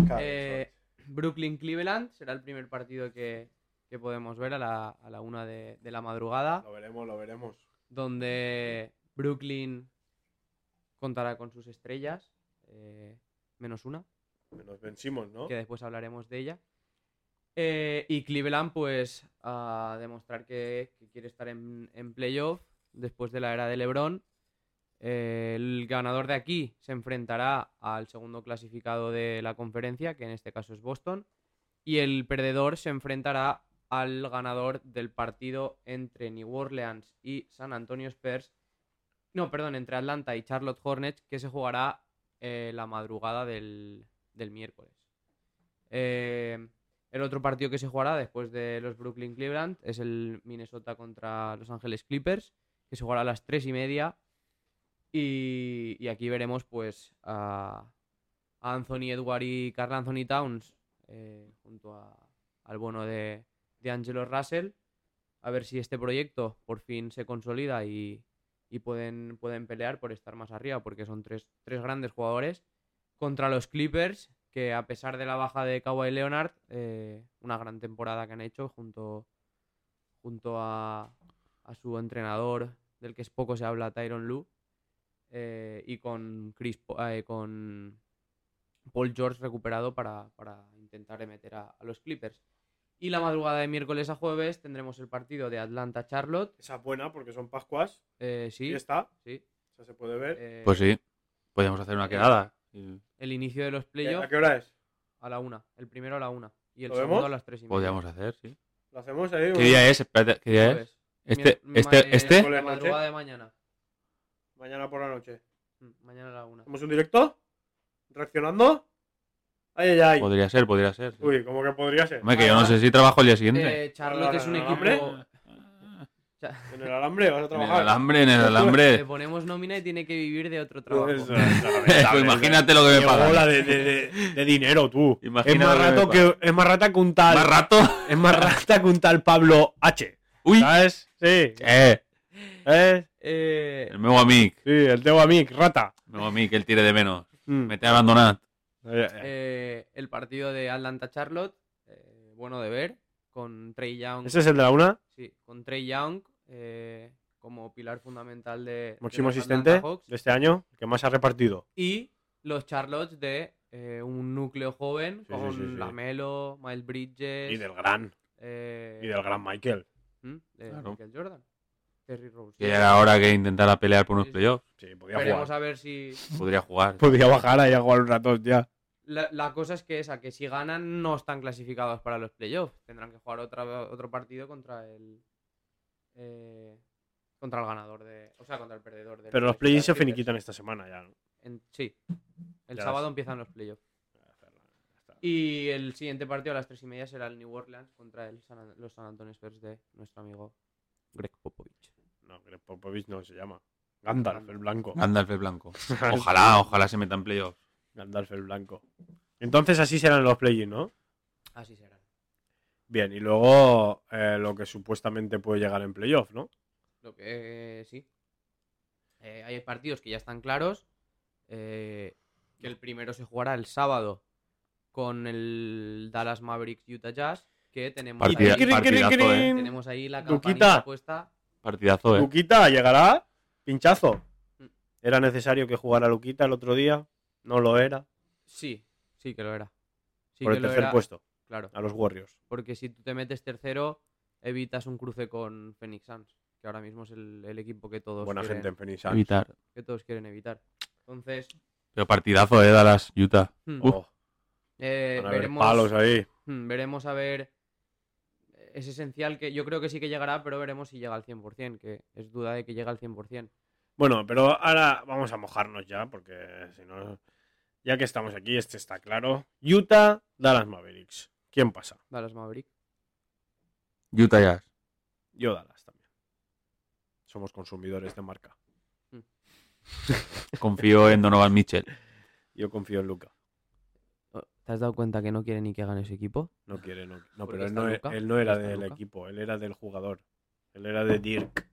Claro, Eh, Brooklyn-Cleveland será el primer partido que, que podemos ver a la, a la una de, de la madrugada. Lo veremos, lo veremos. donde Brooklyn contará con sus estrellas, eh, menos una, Menos vencimos, ¿no? que después hablaremos de ella. Eh, y Cleveland, pues, a demostrar que, que quiere estar en, en playoff después de la era de LeBron. Eh, el ganador de aquí se enfrentará al segundo clasificado de la conferencia, que en este caso es Boston. Y el perdedor se enfrentará al ganador del partido entre New Orleans y San Antonio Spurs. No, perdón, entre Atlanta y Charlotte Hornets, que se jugará eh, la madrugada del, del miércoles. Eh, el otro partido que se jugará después de los Brooklyn Cleveland es el Minnesota contra Los Ángeles Clippers, que se jugará a las 3 y media. Y, y aquí veremos pues a a Anthony Edward y Carl Anthony Towns eh, junto a- al bono de, de Angelo Russell. A ver si este proyecto por fin se consolida y, y pueden, pueden pelear por estar más arriba, porque son tres, tres grandes jugadores contra los Clippers, que a pesar de la baja de Kawhi Leonard, eh, una gran temporada que han hecho junto, junto a, a su entrenador, del que es poco se habla, Tyron Lu, y con, Chris, Po- eh, con Paul George recuperado para, para intentar meter a, a los Clippers. Y la madrugada de miércoles a jueves tendremos el partido de Atlanta-Charlotte. Esa es buena porque son Pascuas. Eh, sí, Y está. sí. O sea, se puede ver. Eh, Pues sí, podemos hacer una quedada. y El inicio de los ¿Qué- playoffs ¿A qué hora es? a la una. El primero a la una. Y el ¿Lo segundo vemos? a las tres y media. Podríamos hacer, sí. ¿Lo hacemos ahí? ¿Qué día es? Espérate, ¿qué día es? Jueves. Este, Mi- ma- este, eh, este. La Miércoles noche. madrugada de mañana. Mañana por la noche. Mm, Mañana a la una. ¿Hacemos un directo? ¿Reaccionando? Ay, ay, ay. Podría ser, podría ser. sí. Uy, ah, como que podría ser. Hombre, que yo no sé si trabajo el día siguiente. Eh, Charlotte es un Hola, equipo... hombre. Eh. Cha- En el alambre vas a En el trabajar. alambre, en el Le alambre. ponemos nómina y tiene que vivir de otro trabajo. Pues Eso, eso, lamentable. Pues imagínate lo que me Qué pagan. bola de, de- de- de dinero, tú. Imagina es, más lo que me rato que, es más rata que un tal. Más rato. es más rata que un tal Pablo H. Uy. ¿Sabes? Sí. Eh, ¿Eh? Eh, el meu amic. Sí, el teu amic, rata. El meu amic, el tire de menos. Mm. Me té abandonat. Eh, eh. eh, el partido de Atlanta-Charlotte. eh, bueno de ver. Con Trey Young. ¿Ese es el de la una? Sí, con Trey Young eh, como pilar fundamental de... de Máximo los asistente Atlanta Hawks. de este año, el que más ha repartido. y los Charlottes de eh, un núcleo joven Sí, sí, con sí, sí. Lamelo, Miles Bridges, Y del gran, eh, y del gran Michael. ¿hmm? de Claro. Michael Jordan, Terry Rose. Que ya era hora que intentara pelear por unos playoffs. Sí, podía Veremos jugar. a ver si Podría jugar. Podía bajar ahí a jugar un ratón ya. la, la cosa es que esa que si ganan no están clasificados para los playoffs, tendrán que jugar otra, otro partido contra el eh, contra el ganador de, o sea, contra el perdedor del Pero los Minnesota play-ins se Clippers. finiquitan esta semana ya. ¿no? En- sí. El Ya sábado ves. empiezan los playoffs. Y el siguiente partido a las 3 y media será el New Orleans contra el San An- los San Antonio Spurs de nuestro amigo Greg Popovich. No, Greg Popovich no se llama. Gandalf el blanco. Gandalf el blanco. Ojalá, ojalá se metan playoffs. Gandalf el blanco. Entonces así serán los play-ins, ¿no? Así será. Bien, y luego eh, lo que supuestamente puede llegar en playoff, ¿no? Lo que eh, sí. Eh, hay partidos que ya están claros. eh, que el primero se jugará el sábado con el Dallas Mavericks Utah Jazz. Que tenemos Partida- ahí, Crin, crin, partidazo, crin, eh. crin. tenemos ahí la Luquita. campanita puesta. Partidazo, eh. Luquita llegará, pinchazo. Mm. ¿Era necesario que jugara Luquita el otro día? No lo era. Sí, sí que lo era. Sí por que el lo tercer era, puesto, Claro. a los Warriors. Porque si tú te metes tercero, evitas un cruce con Phoenix Suns, que ahora mismo es el, el equipo que todos, Buena quieren, gente en Phoenix Suns. Evitar. que todos quieren evitar. Entonces, Pero partidazo, eh, Dallas, Utah. hmm, Uf. Oh, eh, van a haber veremos, palos ahí. hmm, veremos a ver. eh, Es esencial que yo creo que sí que llegará, pero veremos si llega al 100%, que es duda de que llega al 100%. Bueno, pero ahora vamos a mojarnos ya, porque si no. Ya que estamos aquí, este está claro. Utah, Dallas Mavericks. ¿Quién pasa? Dallas Maverick. Utah Jazz. Yo, Dallas también. Somos consumidores de marca. Confío en Donovan Mitchell. Yo confío en Luca. Oh, ¿Te has dado cuenta que no quiere ni que gane ese equipo? No quiere, no. No, pero Porque él está no, e- Luka, él no era porque está del Luka. equipo, él era del jugador. Él era de Dirk.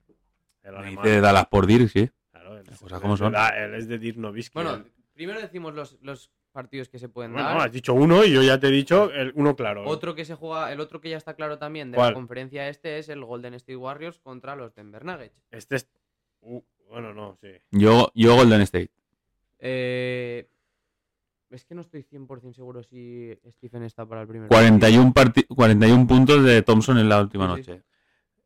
El Me alemán. dice Dallas por Dirk, sí. Claro, él, es- cosas como él- son. Él es de Dirk Nowitzki. Bueno, Él- primero decimos los, los partidos que se pueden Bueno, dar. has dicho uno y yo ya te he dicho el uno claro. Otro que se juega, el otro que ya está claro también de ¿Cuál? la conferencia este es el Golden State Warriors contra los Denver Nuggets. Este es. uh, bueno, no, sí. Yo, yo Golden State. Eh, Es que no estoy 100% seguro si Stephen está para el primer partido. 41, parti- 41 puntos de Thompson en la última Sí, sí. noche.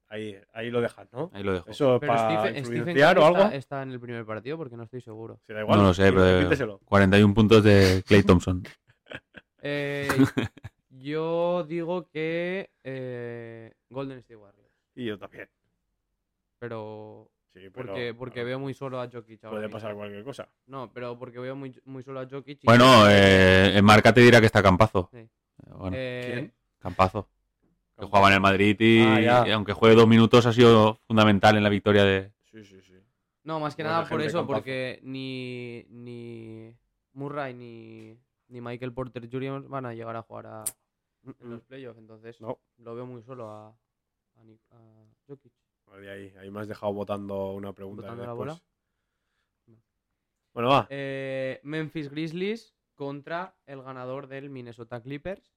Ahí, ahí lo dejas, ¿no? Ahí lo dejo. Eso Pero para Stephen, Stephen influenciar o creo que algo. Está, está en el primer partido porque no estoy seguro. Sí, da igual. No lo sé, Sí, pero- repíteselo. 41 puntos de Clay Thompson. Eh, yo digo que eh, Golden State Warriors. Y yo también. Pero Sí, pero, porque, porque claro, veo muy solo a Jokic ahora Puede mismo. pasar cualquier cosa. No, pero porque veo muy, muy solo a Jokic. y- Bueno, eh, Marca te dirá que está Campazo. Sí. Bueno, Eh, ¿Quién? Campazo. Que jugaba en el Madrid y, Ah, ya. y aunque juegue dos minutos ha sido fundamental en la victoria de... Sí, sí, sí. No, más que Buena nada por gente eso, con paz. porque ni, ni Murray ni, ni Michael Porter Jr. van a llegar a jugar a, en los playoffs, entonces No. lo veo muy solo a, a, Ni- a Jokic. Vale, ahí, ahí me has dejado votando una pregunta. ¿Votando que la después- bola? Bueno, va. Eh, Memphis Grizzlies contra el ganador del Minnesota Clippers.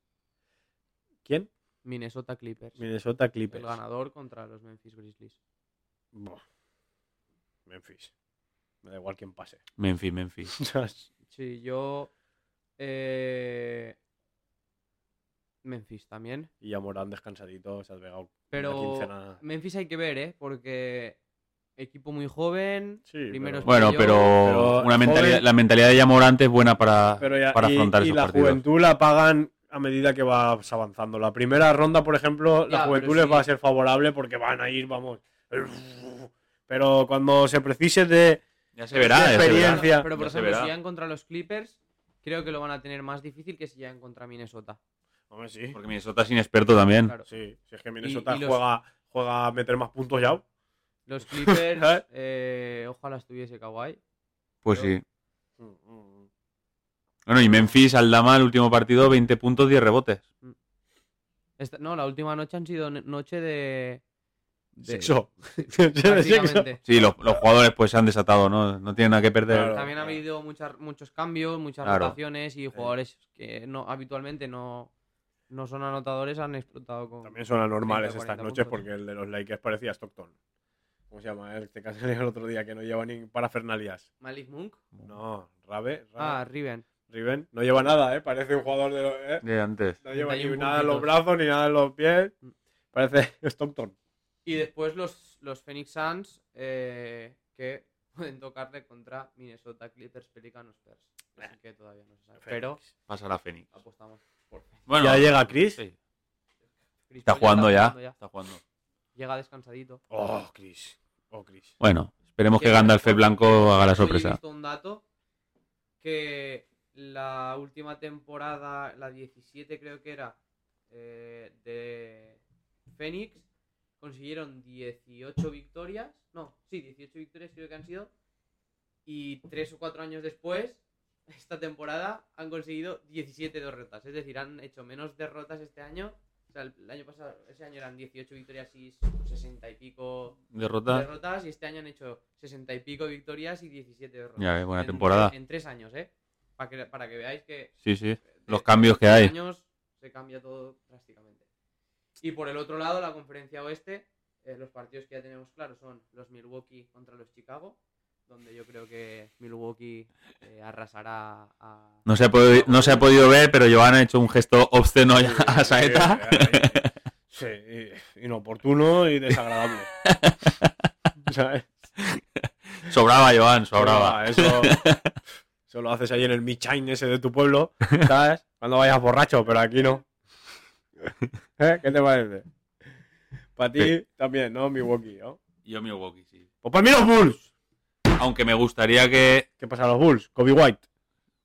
¿Quién? Minnesota Clippers. Minnesota El Clippers. ganador contra los Memphis Grizzlies. Buah. Memphis. Me da igual quién pase. Memphis, Memphis. O sea, es- Sí, yo... eh, Memphis también. y ya Morán descansadito, se ha pegado Pero- una quincena. Memphis hay que ver, ¿eh? Porque equipo muy joven. Sí, pero- primeros Bueno, playoffs, pero, Pero una el mentalidad, joven- la mentalidad de Yamorante es buena para, Pero ya- para y, afrontar y esos la partidos. juventud la pagan a medida que vas avanzando. La primera ronda, por ejemplo, Ya, la pero juventud les sí. va a ser favorable porque van a ir, vamos. Pero cuando se precise de. Ya se verá, ya se verá. experiencia. Pero, pero, por Ya se ejemplo, verá. si llegan contra los Clippers, creo que lo van a tener más difícil que si llegan contra Minnesota. Hombre, sí. Porque Minnesota es inexperto también. Claro. Sí, si es que Minnesota y los- juega, juega a meter más puntos ya. Los Clippers, ¿Sabes? eh, ojalá estuviese Kawhi. Pues Pero- sí. Mm, Bueno, y Memphis, Aldama, el último partido, 20 puntos, 10 rebotes. Esta- no, la última noche han sido ne- noche de. de- Sexo. Sexo. prácticamente. Sí, los, los jugadores pues se han desatado, ¿no? No tienen nada que perder. Claro. También ha habido muchas, muchos cambios, muchas Claro. rotaciones y jugadores que no habitualmente no, no son anotadores han explotado con. También son anormales 30, estas 40 noches puntos. porque el de los Lakers parecía Stockton. ¿Cómo se llama? El que casi el otro día que no lleva ni parafernalias. Malik Monk. No, Rabe, Rabe- Ah, Riven. Riven. No lleva nada, ¿eh? Parece un jugador de los. ¿eh? De antes. No lleva ni 31 nada en los puntitos. Mm. brazos ni nada en los pies. Parece Stockton. Y después los, los Phoenix Suns eh, que pueden tocarle contra Minnesota Clippers, Pelicanos, Spurs. Así que todavía no se sabe. Pero Pasará a Fénix. apostamos por Phoenix. Bueno, ¿Ya llega Chris? sí. Chris Está Paul jugando ya. jugando Está jugando. Llega descansadito. Oh, Chris. Oh, Chris. Bueno, esperemos que Gandalf el Blanco haga la sorpresa. visto un dato que la última temporada, la 17 creo que era, eh, de Phoenix, consiguieron 18 victorias. No, sí, 18 victorias creo que han sido. Y 3 o 4 años después, esta temporada, han conseguido 17 derrotas. Es decir, han hecho menos derrotas este año. O sea, el el año pasado, ese año eran 18 victorias y 60 y pico Derrota. derrotas y este año han hecho 60 y pico victorias y 17 derrotas. Ya, eh, buena En- temporada. En tres años, ¿eh? Para que, para que veáis que... Sí, sí. de- Los de cambios que tres hay. años se cambia todo drásticamente. Y por el otro lado, la conferencia oeste, eh, los partidos que ya tenemos claros son los Milwaukee contra los Chicago, donde yo creo que Milwaukee eh, arrasará a... No se, ha podi- no se ha podido ver, pero Joan ha hecho un gesto obsceno Sí, a Saeta. Sí, y- inoportuno y desagradable. ¿Sabes? Sobraba, Joan, sobraba. Eso, eso lo haces ahí en el Michain ese de tu pueblo, ¿sabes? Cuando vayas borracho, pero aquí no. ¿Eh? ¿Qué te parece? Para ti Sí. también, ¿no? Milwaukee, ¿no? Yo Milwaukee, sí. Pues para mí los Bulls. Aunque me gustaría que... ¿Qué pasa a los Bulls? Kobe White.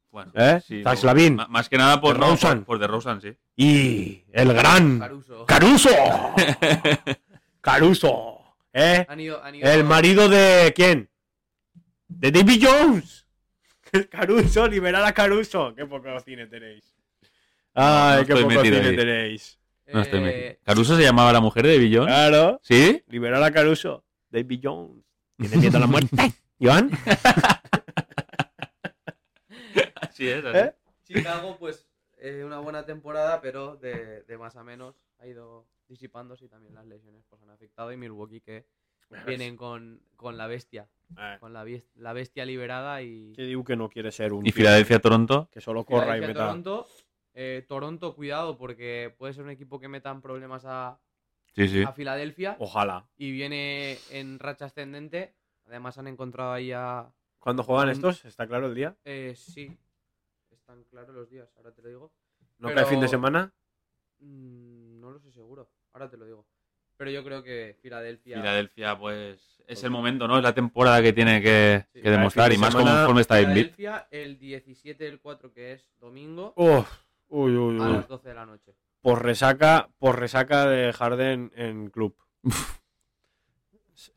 Bueno, ¿Eh? sí, Zach no. Lavin. Ma- Más que nada por... no, DeRozan. por- Por DeRozan, sí. Y el gran Caruso. Caruso. Caruso. ¿Eh? Han ido, han ido- El marido de quién? De David Jones. Caruso, liberar a Caruso. Qué poco cine tenéis. Ay, No, no qué estoy poco metido cine ahí. tenéis. eh, No estoy metido. ¿Caruso se llamaba la mujer de Billón? Claro, ¿Sí? liberar a Caruso. David Jones. Tiene miedo a la muerte. ¿Eh? Joan. Así es, así. ¿Eh? Chicago, pues, eh, una buena temporada, pero de, de más a menos ha ido disipándose y también las lesiones pues, han afectado. Y Milwaukee, que vienen con, con la bestia, Eh, con la, bies- la bestia liberada y... que digo que no quiere ser un Y tío Filadelfia-Toronto. que solo corra y Filadelfia, meta. Toronto, eh, Toronto, cuidado, porque puede ser un equipo que metan problemas a, Sí, sí. a Filadelfia Ojalá. y viene en racha ascendente. Además han encontrado ahí a... ¿Cuándo juegan Mm. estos? ¿Está claro el día? eh, sí, están claros los días, ahora te lo digo. ¿No Pero- cae fin de semana? Mm, no lo sé seguro, ahora te lo digo. Pero yo creo que Filadelfia... Filadelfia, pues es el momento, ¿no? Es la temporada que tiene que, Sí. que demostrar y Fin de más semana- conforme está Embiid. Filadelfia el 17 del 4, que es domingo, Uf, uy, uy, a uy. las 12 de la noche. Por resaca, por resaca de Harden en club.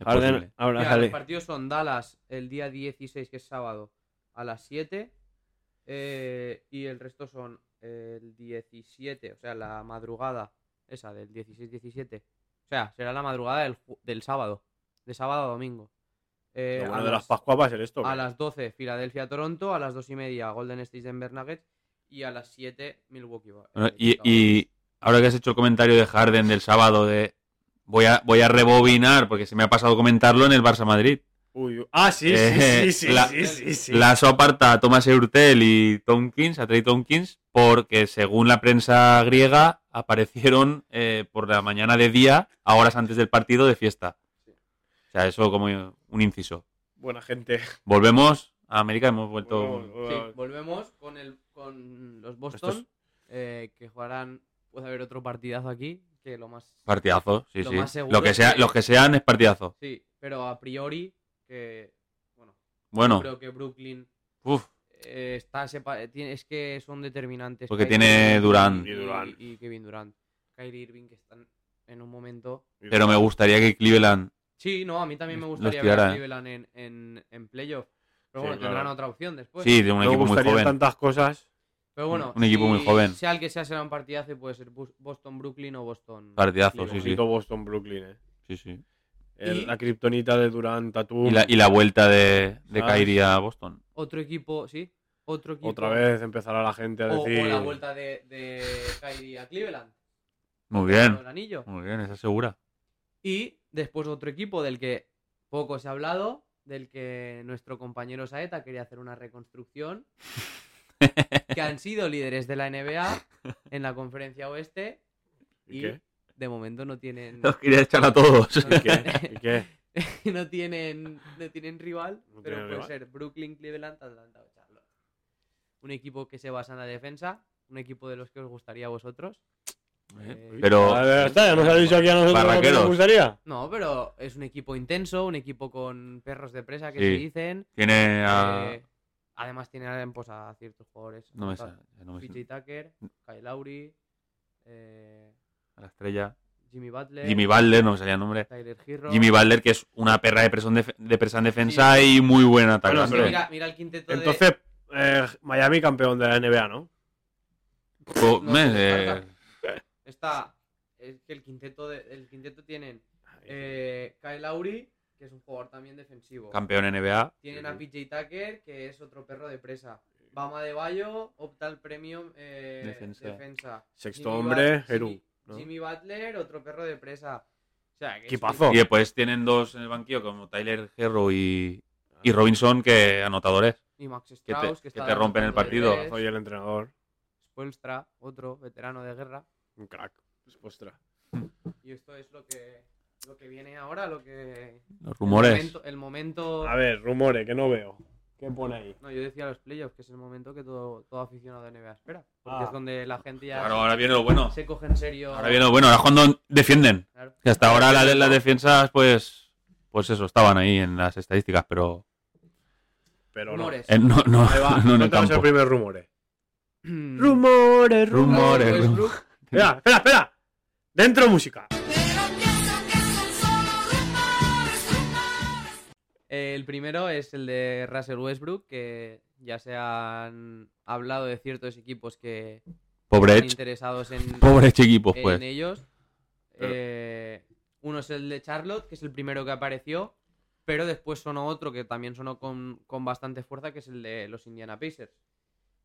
Harden posible. ahora Mira, sale. los partidos son Dallas el día 16, que es sábado, a las 7. eh, y el resto son el 17, o sea, la madrugada, esa del 16-17. O sea, será la madrugada del, ju- del sábado, de sábado a domingo. Eh, Lo a bueno de las- las Pascuas va a ser esto. a que- las 12, Filadelfia-Toronto. A las 2 y media, Golden State Denver Nuggets. Y a las 7, Milwaukee. Bucks. Bueno, Ah, y, y ahora que has hecho el comentario de Harden del sábado, de voy a, voy a rebobinar, porque se me ha pasado comentarlo en el Barça Madrid. Uy, uy. Ah, sí, sí, Eh, sí, sí, la- sí, sí, sí. Lasso aparta a Thomas Eurtel y Tomkins, a Trey Tomkins, porque según la prensa griega aparecieron eh, por la mañana de día, a horas antes del partido de fiesta. O sea, eso como un inciso. Buena gente. Volvemos a América, hemos vuelto. Sí, volvemos con, el, con los Boston. Estos- eh, que jugarán. Puede haber otro partidazo aquí. Que lo más. Partidazo, sí, Lo sí. más seguro Lo que es sea, que- Los que sean es partidazo. Sí, pero a priori. Que. Bueno, Bueno, creo que Brooklyn. uf, eh, está sepa- tiene- Es que son determinantes. Porque Kyrie tiene Irving Durant. Y, Y Durant. y Kevin Durant. Kyrie Irving, que están en un momento. pero me gustaría que Cleveland. Sí, no, a mí también me Los gustaría ver a tirará, ¿eh? Cleveland en, en, en playoff. Pero Sí, bueno, tendrán claro. otra opción después. Sí, de un me equipo muy gustarían joven. tantas cosas. Pero bueno, un equipo muy si- joven. Sea el que sea, será un partidazo y puede ser Bus- Boston-Brooklyn o Boston. Partidazo, Cleveland. sí, sí. Ojito Boston, Brooklyn, eh. Sí, sí. El- Y- La kriptonita de Durant, Tatum. Y la, y la vuelta de, de ¿Sabes? Kyrie a Boston. Otro equipo, sí. Otro equipo. Otra vez empezará la gente a O, o decir. la vuelta de, de Kyrie a Cleveland. Muy con bien, el anillo. muy bien, esa segura. Y después otro equipo del que poco se ha hablado, del que nuestro compañero Saeta quería hacer una reconstrucción, que han sido líderes de la NBA en la conferencia oeste ¿Y y qué? de momento no tienen... Los quería echar a todos. ¿Y qué? ¿Y qué? no tienen no tienen rival, No pero tienen puede rival. ser Brooklyn, Cleveland, Atlanta o Charlotte. Un equipo que se basa en la defensa, un equipo de los que os gustaría a vosotros. Eh, Pero- A ver, está, ya nos ha dicho aquí a nosotros lo que nos Barraqueros. gustaría. No, pero es un equipo intenso, un equipo con perros de presa que Sí. se dicen. Tiene a. eh, además tiene pues, a ciertos jugadores. no me tal, sale. no me PJ sale. Mm. Tucker, Kyle Lowry, eh, A la estrella. Jimmy Butler, Jimmy Butler, no me salía el nombre. Tyler Hero. Jimmy Butler, que es una perra de presión, def- de presa en defensa y muy buen Bueno, atacante. pero- mira, mira el quinteto de- Entonces, eh, Miami campeón de la NBA, ¿no? Co- no me- se descarta. eh, Está. Es que el quinteto, de- el quinteto tienen eh, Kyle Lowry, que es un jugador también defensivo. campeón NBA. Tienen a PJ Tucker, que es otro perro de presa. Bama de Bayo opta al premio eh, defensa. Defensa. Sexto Jimmy hombre, Bat- Heru. Jimmy, ¿no? Jimmy Butler, otro perro de presa. O sea, que es Equipazo. Y después tienen dos en el banquillo, como Tyler Herro y, y Robinson, que anotadores. que- Y Max te- Strauss, que, que está te rompen el anotando de partido. tres. Soy el entrenador. Spoelstra, otro veterano de guerra. Un crack. Pues, Ostra. Y esto es lo que, lo que viene ahora, lo que. Los rumores. El momento. el momento- A ver, rumores, que no veo. ¿Qué pone ahí? No, yo decía los playoffs, que es el momento que todo, todo aficionado de NBA espera. Porque Ah. es donde la gente ya Claro, ahora viene lo bueno. se coge en serio. Ahora viene lo bueno, ahora es cuando defienden. Claro. Que hasta ahora la- las defensas, pues. Pues eso, estaban ahí en las estadísticas, pero. Pero no. Rumores. eh, no, no, Ahí va. no en el Cuéntanos el campo. primer rumores. Mm. Rumores, Rumores, Russell rumores. Westbrook Espera, espera, espera. Dentro música. Pero piensan que son solo rumores, rumores. Eh, el primero es el de Russell Westbrook, que ya se han hablado de ciertos equipos que están Pobre, interesados en, pobre equipos, en pues. ellos. Eh, uno es el de Charlotte, que es el primero que apareció, pero después sonó otro que también sonó con, con bastante fuerza, que es el de los Indiana Pacers.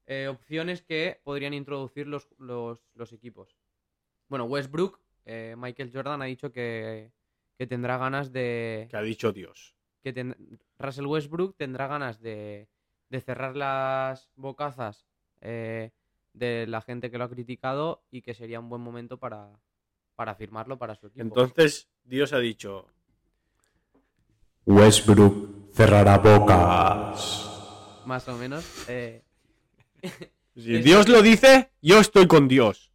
Eh, opciones que podrían introducir los, los- los equipos. Bueno, Westbrook, eh, Michael Jordan ha dicho que, que que tendrá ganas de, Que ha dicho Dios. que ten- Russell Westbrook tendrá ganas de, de cerrar las bocazas eh, de la gente que lo ha criticado y que sería un buen momento para, para firmarlo para su equipo. Entonces, Dios ha dicho. Westbrook cerrará bocas. Más o menos. eh, Si Es- Dios lo dice, yo estoy con Dios.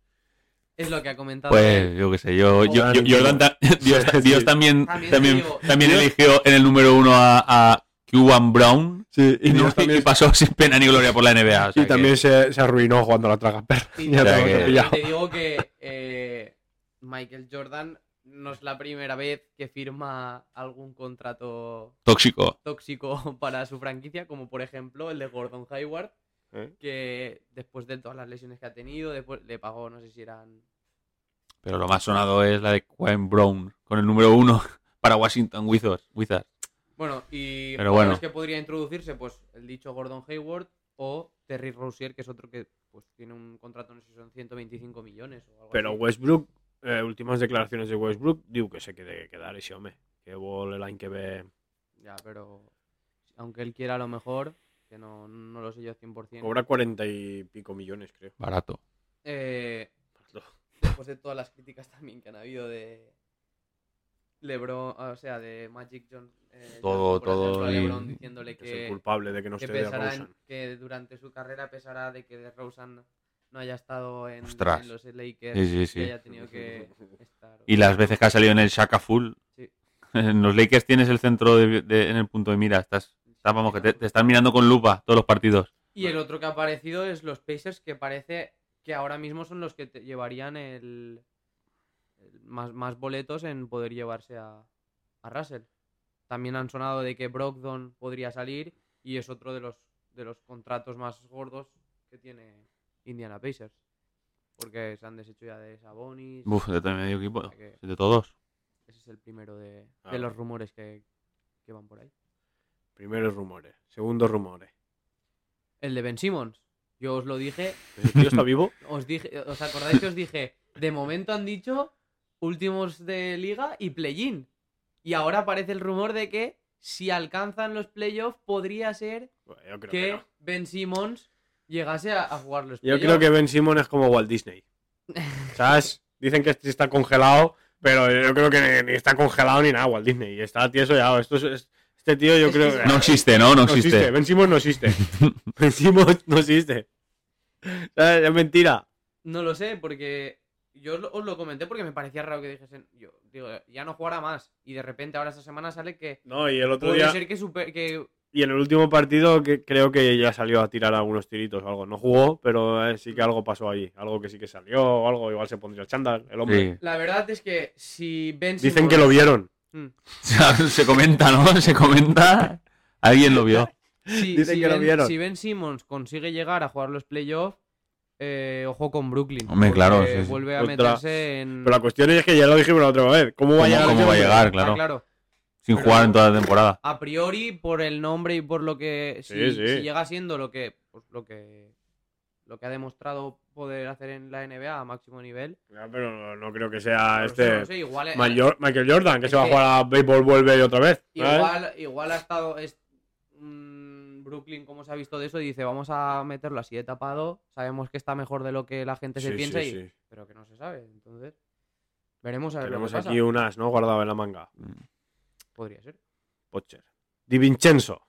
es lo que ha comentado. él. Pues yo qué sé, yo, yo- yo- Jordan ta- Dios, Sí. Dios también, También también, digo- también Dios- eligió en el número uno a, a Cuban Brown y, no- Dios y pasó sin pena ni gloria por la NBA. o sea y que- también se, se arruinó jugando a la traga perra. Sí, Ya O sea te hemos que- Y pillado. te digo que eh, Michael Jordan no es la primera vez que firma algún contrato tóxico. tóxico para su franquicia, como por ejemplo el de Gordon Hayward, ¿Eh? que después de todas las lesiones que ha tenido, después le pagó, no sé si eran... Pero lo más sonado es la de Cuban Brown con el número uno para Washington Wizards. Wizards. Bueno, y Pero jugadores bueno. que podría introducirse, pues el dicho Gordon Hayward o Terry Rozier, que es otro que pues tiene un contrato, no sé si son 125 millones o algo Pero así. Westbrook, eh, últimas declaraciones de Westbrook, digo que se quede quedar ese hombre. Que vol el any que ve. Ya, pero aunque él quiera a lo mejor, que no, no lo sé yo 100%. Cobra cuarenta y pico millones, creo. Barato. Eh, Hazlo. después de todas las críticas también que han habido de LeBron, o sea, de Magic John, eh, Johnson, Todo, por todo ejemplo, a y- LeBron diciéndole Es el que, culpable de que no que esté de pesará en- Rosen. que durante su carrera pesará de que DeRozan no haya estado en, Ostras. en los Lakers Sí, sí, y sí. haya tenido que estar. Y las veces que ha salido en el Shaka Full. Sí. En los Lakers tienes el centro de- de- en el punto de mira. Estás, estás- vamos, que te, te están mirando con lupa todos los partidos. Y el otro que ha aparecido es los Pacers, que parece que ahora mismo son los que te llevarían el, el más, más boletos en poder llevarse a, a Russell. También han sonado de que Brogdon podría salir y es otro de los, de los contratos más gordos que tiene Indiana Pacers. Porque se han deshecho ya de Sabonis. Uf, de todo el medio equipo. o sea que De todos. Ese es el primero de, Ah, de los bueno. rumores que, que van por ahí. Primeros rumores. Segundos rumores. El de Ben Simmons. Yo os lo dije ¿El tío está vivo? Os dije, ¿os acordáis que os dije? De momento han dicho últimos de liga y play-in. Y ahora aparece el rumor de que si alcanzan los playoffs podría ser Bueno, Pues yo creo que que no. Ben Simmons llegase a, a jugar los Yo playoffs. creo que Ben Simon es como Walt Disney. ¿Sabes? Dicen que este está congelado, pero yo creo que ni, ni está congelado ni nada Walt Disney. Está tieso ya. Esto es- es- este tío yo Es creo que que... No existe, Eh, ¿no? No No existe. existe. Ben Simmons no existe. Ben Simmons no existe. ¿Sabes? Es mentira. No lo sé, porque yo os lo, os lo comenté porque me parecía raro que dijesen, yo digo, ya no jugará más. Y de repente ahora esta semana sale que No, y el otro puede día... ser que, super- que Y en el último partido que, creo que ya salió a tirar algunos tiritos o algo. No jugó, pero eh, sí que algo pasó ahí. Algo que sí que salió o algo. Igual se pondría el chándal, el hombre. Sí. la verdad es que si Ben Dicen Simmons- que lo vieron. Mm. Se comenta, ¿no? Se comenta. Alguien lo vio. Si, Dicen si que lo ben, vieron. si Ben Simmons consigue llegar a jugar los playoffs, eh, ojo con Brooklyn. Hombre, porque claro, sí, sí. Vuelve a Otra. meterse en. Pero la cuestión es que ya lo dijimos la otra vez. ¿Cómo va a ¿Cómo- llegar? cómo ese va a hombre? llegar? Ah, Claro. claro. Sin Pero- jugar en toda la temporada. A priori, por el nombre y por lo que. Si, Sí, sí. si llega siendo lo que. pues, lo que. Lo que ha demostrado poder hacer en la NBA a máximo nivel. Ya, pero no, no creo que sea no lo sé, no este lo sé, igual, eh, Mayor- Michael Jordan, que Es se va a que- jugar a béisbol, vuelve y otra vez. ¿sabes? igual, igual ha estado. es- mm, Brooklyn, como se ha visto de eso, dice: Vamos a meterlo así de tapado. Sabemos que está mejor de lo que la gente se Sí, piensa. sí, y sí. pero que no se sabe. Entonces, veremos a ver lo Tenemos que pasa. aquí un as, ¿no? Guardado en la manga. Podría ser. Pocher. Di Vincenzo.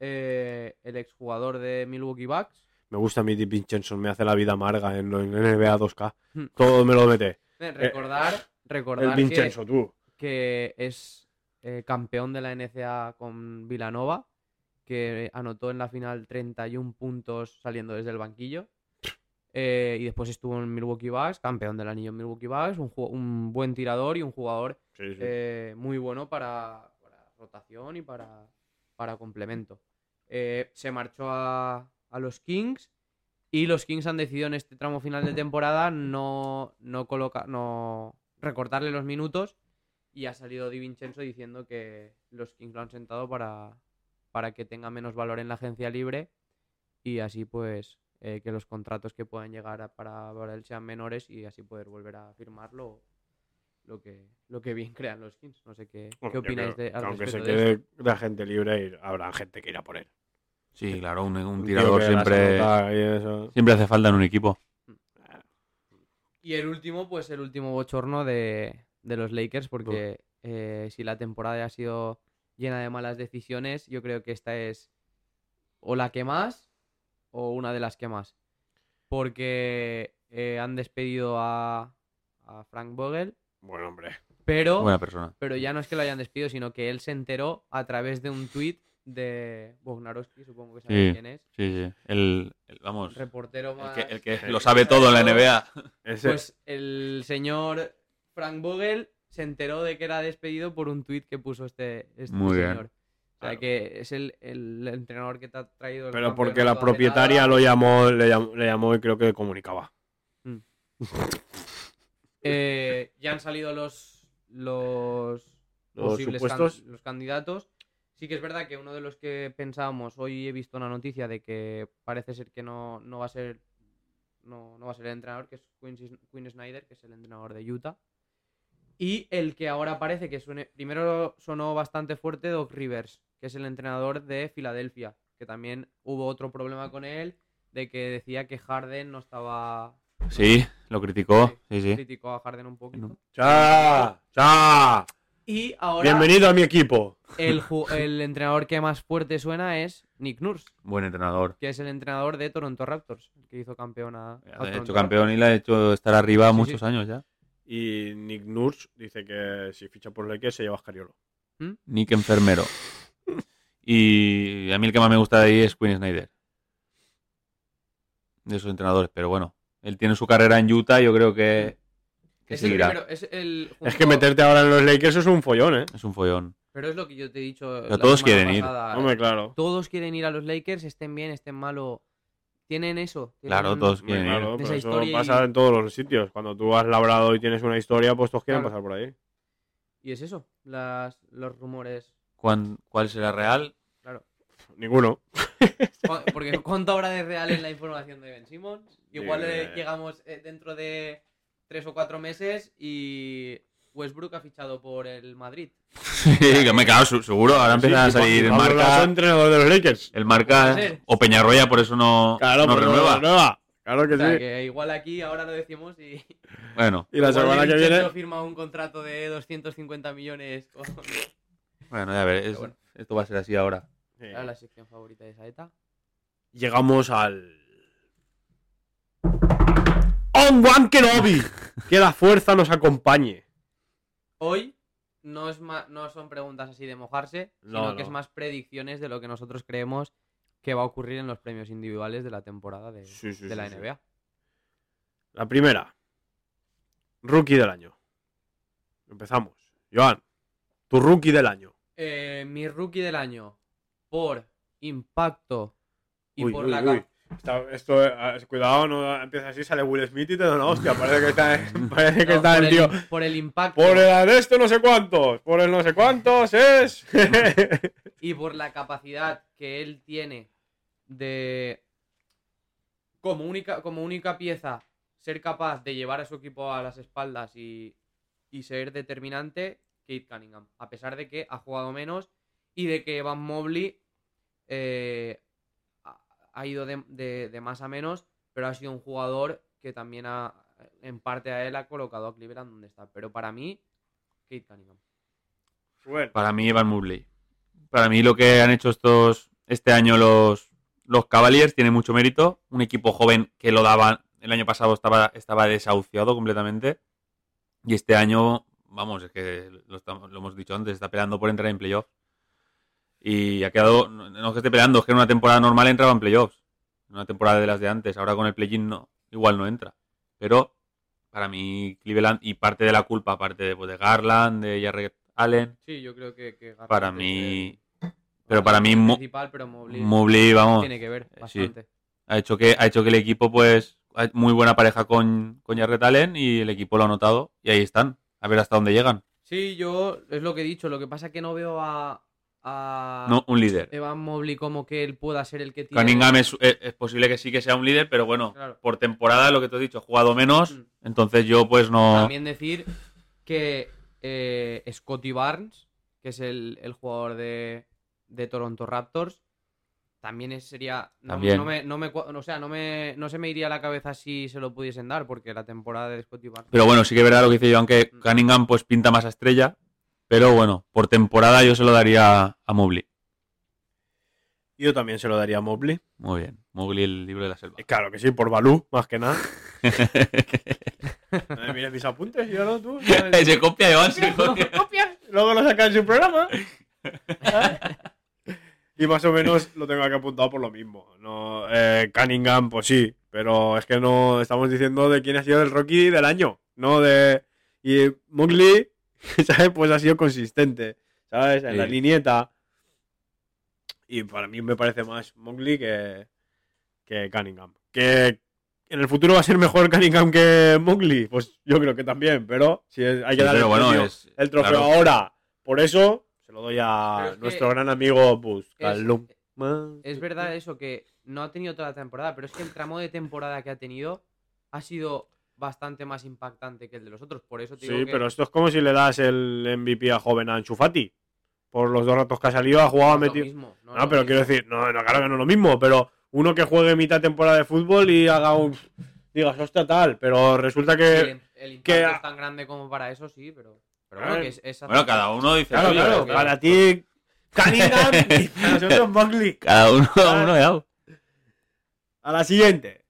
Eh, el exjugador de Milwaukee Bucks. Me gusta a mí Di Vincenzo, me hace la vida amarga en lo- en NBA 2K. Hmm. Todo me lo mete. Eh, recordar El recordar que, Vincenzo, tú. que es eh, campeón de la NCA con Villanova, que anotó en la final 31 puntos saliendo desde el banquillo. Eh, y después estuvo en Milwaukee Bucks, campeón del anillo en Milwaukee Bucks, un, ju- un buen tirador y un jugador Sí, sí. eh, muy bueno para, para rotación y para, para complemento. Eh, se marchó a, a los Kings y los Kings han decidido en este tramo final de temporada no, no, coloca, no recortarle los minutos y ha salido Di Vincenzo diciendo que los Kings lo han sentado para, para que tenga menos valor en la agencia libre y así pues eh, que los contratos que puedan llegar a- para, para él sean menores y así poder volver a firmarlo o, lo que, lo que bien crean los skins. No sé qué, Bueno, qué yo opináis creo de, al que aunque se respecto de esto. quede la gente libre, ir- habrá gente que irá por él. Sí, claro, un, un Un tío tirador que la siempre, saca y eso. siempre hace falta en un equipo. Y el último, pues el último bochorno de, de los Lakers, porque eh, si la temporada ya ha sido llena de malas decisiones, yo creo que esta es o la que más o una de las que más. Porque eh, han despedido a, a Frank Vogel, Bueno, hombre. pero, Buena persona. pero ya no es que lo hayan despedido, sino que él se enteró a través de un tuit de Bognarowski, supongo que sabéis Sí. quién es, Sí, sí. El, el- vamos, el reportero más... que, el que Sí. lo sabe todo en la NBA. Ese, Pues el señor Frank Vogel se enteró de que era despedido por un tuit que puso este, este Muy bien. señor. O sea Claro. que es el, el entrenador que te ha traído el pero porque campeonato la hace propietaria nada. lo llamó, le llamó, le llamó y creo que comunicaba. Eh, ya han salido los los, Los posibles supuestos. can- los candidatos. Sí que es verdad que uno de los que pensábamos, hoy he visto una noticia de que parece ser que no, no va a ser no, no va a ser el entrenador, que es Quinn Sn- Quinn Snyder, que es el entrenador de Utah. Y el que ahora parece que suene, primero sonó bastante fuerte Doc Rivers, que es el entrenador de Filadelfia, que también hubo otro problema con él, de que decía que Harden no estaba Sí, lo criticó. Sí, sí. criticó a Harden un poquito. ¡Cha! ¡Cha! Y ahora Bienvenido a mi equipo. el, ju- el entrenador que más fuerte suena es Nick Nurse, Buen entrenador. que es el entrenador de Toronto Raptors, el que hizo campeón a, a Ha hecho Toronto campeón y la ha hecho estar arriba Sí, muchos sí. años ya. Y Nick Nurse dice que si ficha por Lakers se lleva a Scariolo. Nick Enfermero. Y a mí el que más me gusta de ahí es Quinn Snyder. De esos entrenadores, pero bueno. Él tiene su carrera en Utah, yo creo que, Raptors. que Es el seguirá. primero, es el Es junto- que meterte ahora en los Lakers es un follón, ¿eh? Es un follón. Pero es lo que yo te he dicho. Pero la todos semana quieren ir. pasada. Hombre, claro. Todos quieren ir a los Lakers, estén bien, estén malo. Tienen eso. tienen- Claro, todos Hombre, quieren ir. claro, pero Pues Esa eso historia y- pasa en todos los sitios. Cuando tú has labrado y tienes una historia, pues todos quieren Claro. pasar por ahí. Y es eso, las, los rumores. ¿Cuán- ¿Cuál será real? Claro. Ninguno. Cu- Porque ¿cuánto habrá de real en la información de Ben Simmons? Igual eh, Eh. llegamos eh, dentro de tres o cuatro meses y Westbrook ha fichado por el Madrid. Sí, que me cago, su- seguro. Ahora empiezan Sí, a salir el Pablo Lasso, marca. entrenador de los Lakers. Puede ser. El marca. O Peñarroya, por eso no, Claro, no pero renueva. renueva. Claro que O sea, sí. que igual aquí ahora lo decimos y Bueno, Y la igual semana que Vincenzo viene. firma un contrato de 250 millones con bueno, ya ver. es- bueno. Esto va a ser así ahora. Era la sección favorita de Saeta. Llegamos al. On One Kenobi. que la fuerza nos acompañe. Hoy no, es ma- no son preguntas así de mojarse, No, sino no. que es más predicciones de lo que nosotros creemos que va a ocurrir en los premios individuales de la temporada de, Sí, sí, de sí, la sí. NBA. La primera. Rookie del año. Empezamos. Joan, tu rookie del año. Eh, mi rookie del año por impacto y Uy, por uy, la uy. cap- Está- esto, eh, cuidado, no empieza así, sale Will Smith y te da una hostia. Parece que está, parece que no, está por el tío. por el impacto Por el de esto no sé cuántos, por el no sé cuántos es. y por la capacidad que él tiene de como única, como única pieza ser capaz de llevar a su equipo a las espaldas y, y ser determinante Kate Cunningham, a pesar de que ha jugado menos y de que Van Mobley eh, ha- ha ido de, de- de más a menos, pero ha sido un jugador que también ha, en parte a él ha colocado a Cleveland donde está. Pero para mí, Kate Cunningham. Bueno, Para mí, Evan Mobley. Para mí, lo que han hecho estos este año los, los Cavaliers tiene mucho mérito. Un equipo joven que lo daba el año pasado estaba, estaba desahuciado completamente. Y este año, vamos, es que lo, estamos- lo hemos dicho antes, está peleando por entrar en playoffs. Y ha quedado, no, no es que esté peleando, es que en una temporada normal entraba en playoffs. En una temporada de las de antes. Ahora con el play-in no, igual no entra. Pero para mí, Cleveland, y parte de la culpa, aparte de, pues, de Garland, de Jarrett Allen, Sí, yo creo que, que Garland Para es mí- el- pero para mí el Mo- principal, pero eh, Mobley Mobley, vamos, tiene que ver sí. bastante. ha hecho que ha hecho que el equipo pues ha- muy buena pareja con con Jarrett Allen y el equipo lo ha notado y ahí están, a ver hasta dónde llegan. Sí, yo es lo que he dicho. Lo que pasa es que no veo a, a No un líder. Evan Mobley como que él pueda ser el que Ah, eh, tiene. Cunningham es, es- es posible que sí que sea un líder, pero bueno, Claro. por temporada lo que te he dicho, ha jugado menos, Mm. entonces yo pues no También decir que eh, Scotty Barnes, que es el, el jugador de, de Toronto Raptors, también es- sería. No, También. no me, no me cua- o sea, no, me, no se me iría a la cabeza si se lo pudiesen dar, porque la temporada de Scotty Barnes. Pero bueno, sí que es verdad lo que dice yo, aunque Mm. Cunningham pues pinta más a estrella. Pero bueno, por temporada yo se lo daría a Mobley. Yo también se lo daría a Mobley. Muy bien. Mobley, el libro de la selva. Eh, Claro que sí, por Balú, más que nada. Eh, Mira mis apuntes, yo no, tú. Ya- se copia, Iván, se copia. Copias, Luego lo saca en su programa. ¿Eh? y más o menos lo tengo aquí apuntado por lo mismo. No, eh, Cunningham, pues sí. Pero es que no estamos diciendo de quién ha sido el Rocky del año. No de. Y Mowgli, ¿sabes? Pues ha sido consistente. ¿Sabes? En la Sí. linieta. Y para mí me parece más Mowgli que, que Cunningham. Que en el futuro va a ser mejor Cunningham que Mowgli. Pues yo creo que también, pero si es- hay que Sí, darle el, pero bueno, premio- es- el trofeo claro. ahora. Por eso se lo doy Pero a es que nuestro gran amigo Buscalum. Es, es verdad eso, que no ha tenido toda la temporada, pero es que el tramo de temporada que ha tenido ha sido bastante más impactante que el de los otros. Por eso te digo Sí, que- pero esto es como si le das el MVP a joven a Anchufati. Por los dos ratos que ha salido, ha jugado, ha no es lo metido. mismo, no es No, lo pero mismo. quiero decir, no, no, claro que no es lo mismo, pero uno que juegue mitad temporada de fútbol y haga un. Digas, hostia, tal, pero resulta Sí, que. el, el impacto que- es tan grande como para eso, sí, pero, pero bueno, Claro. que es, es Bueno, cada uno dice. Claro, lo suyo, claro, ¿eh? para ti. Cunningham y para nosotros Mowgli. Cada uno, uno ya. A la siguiente.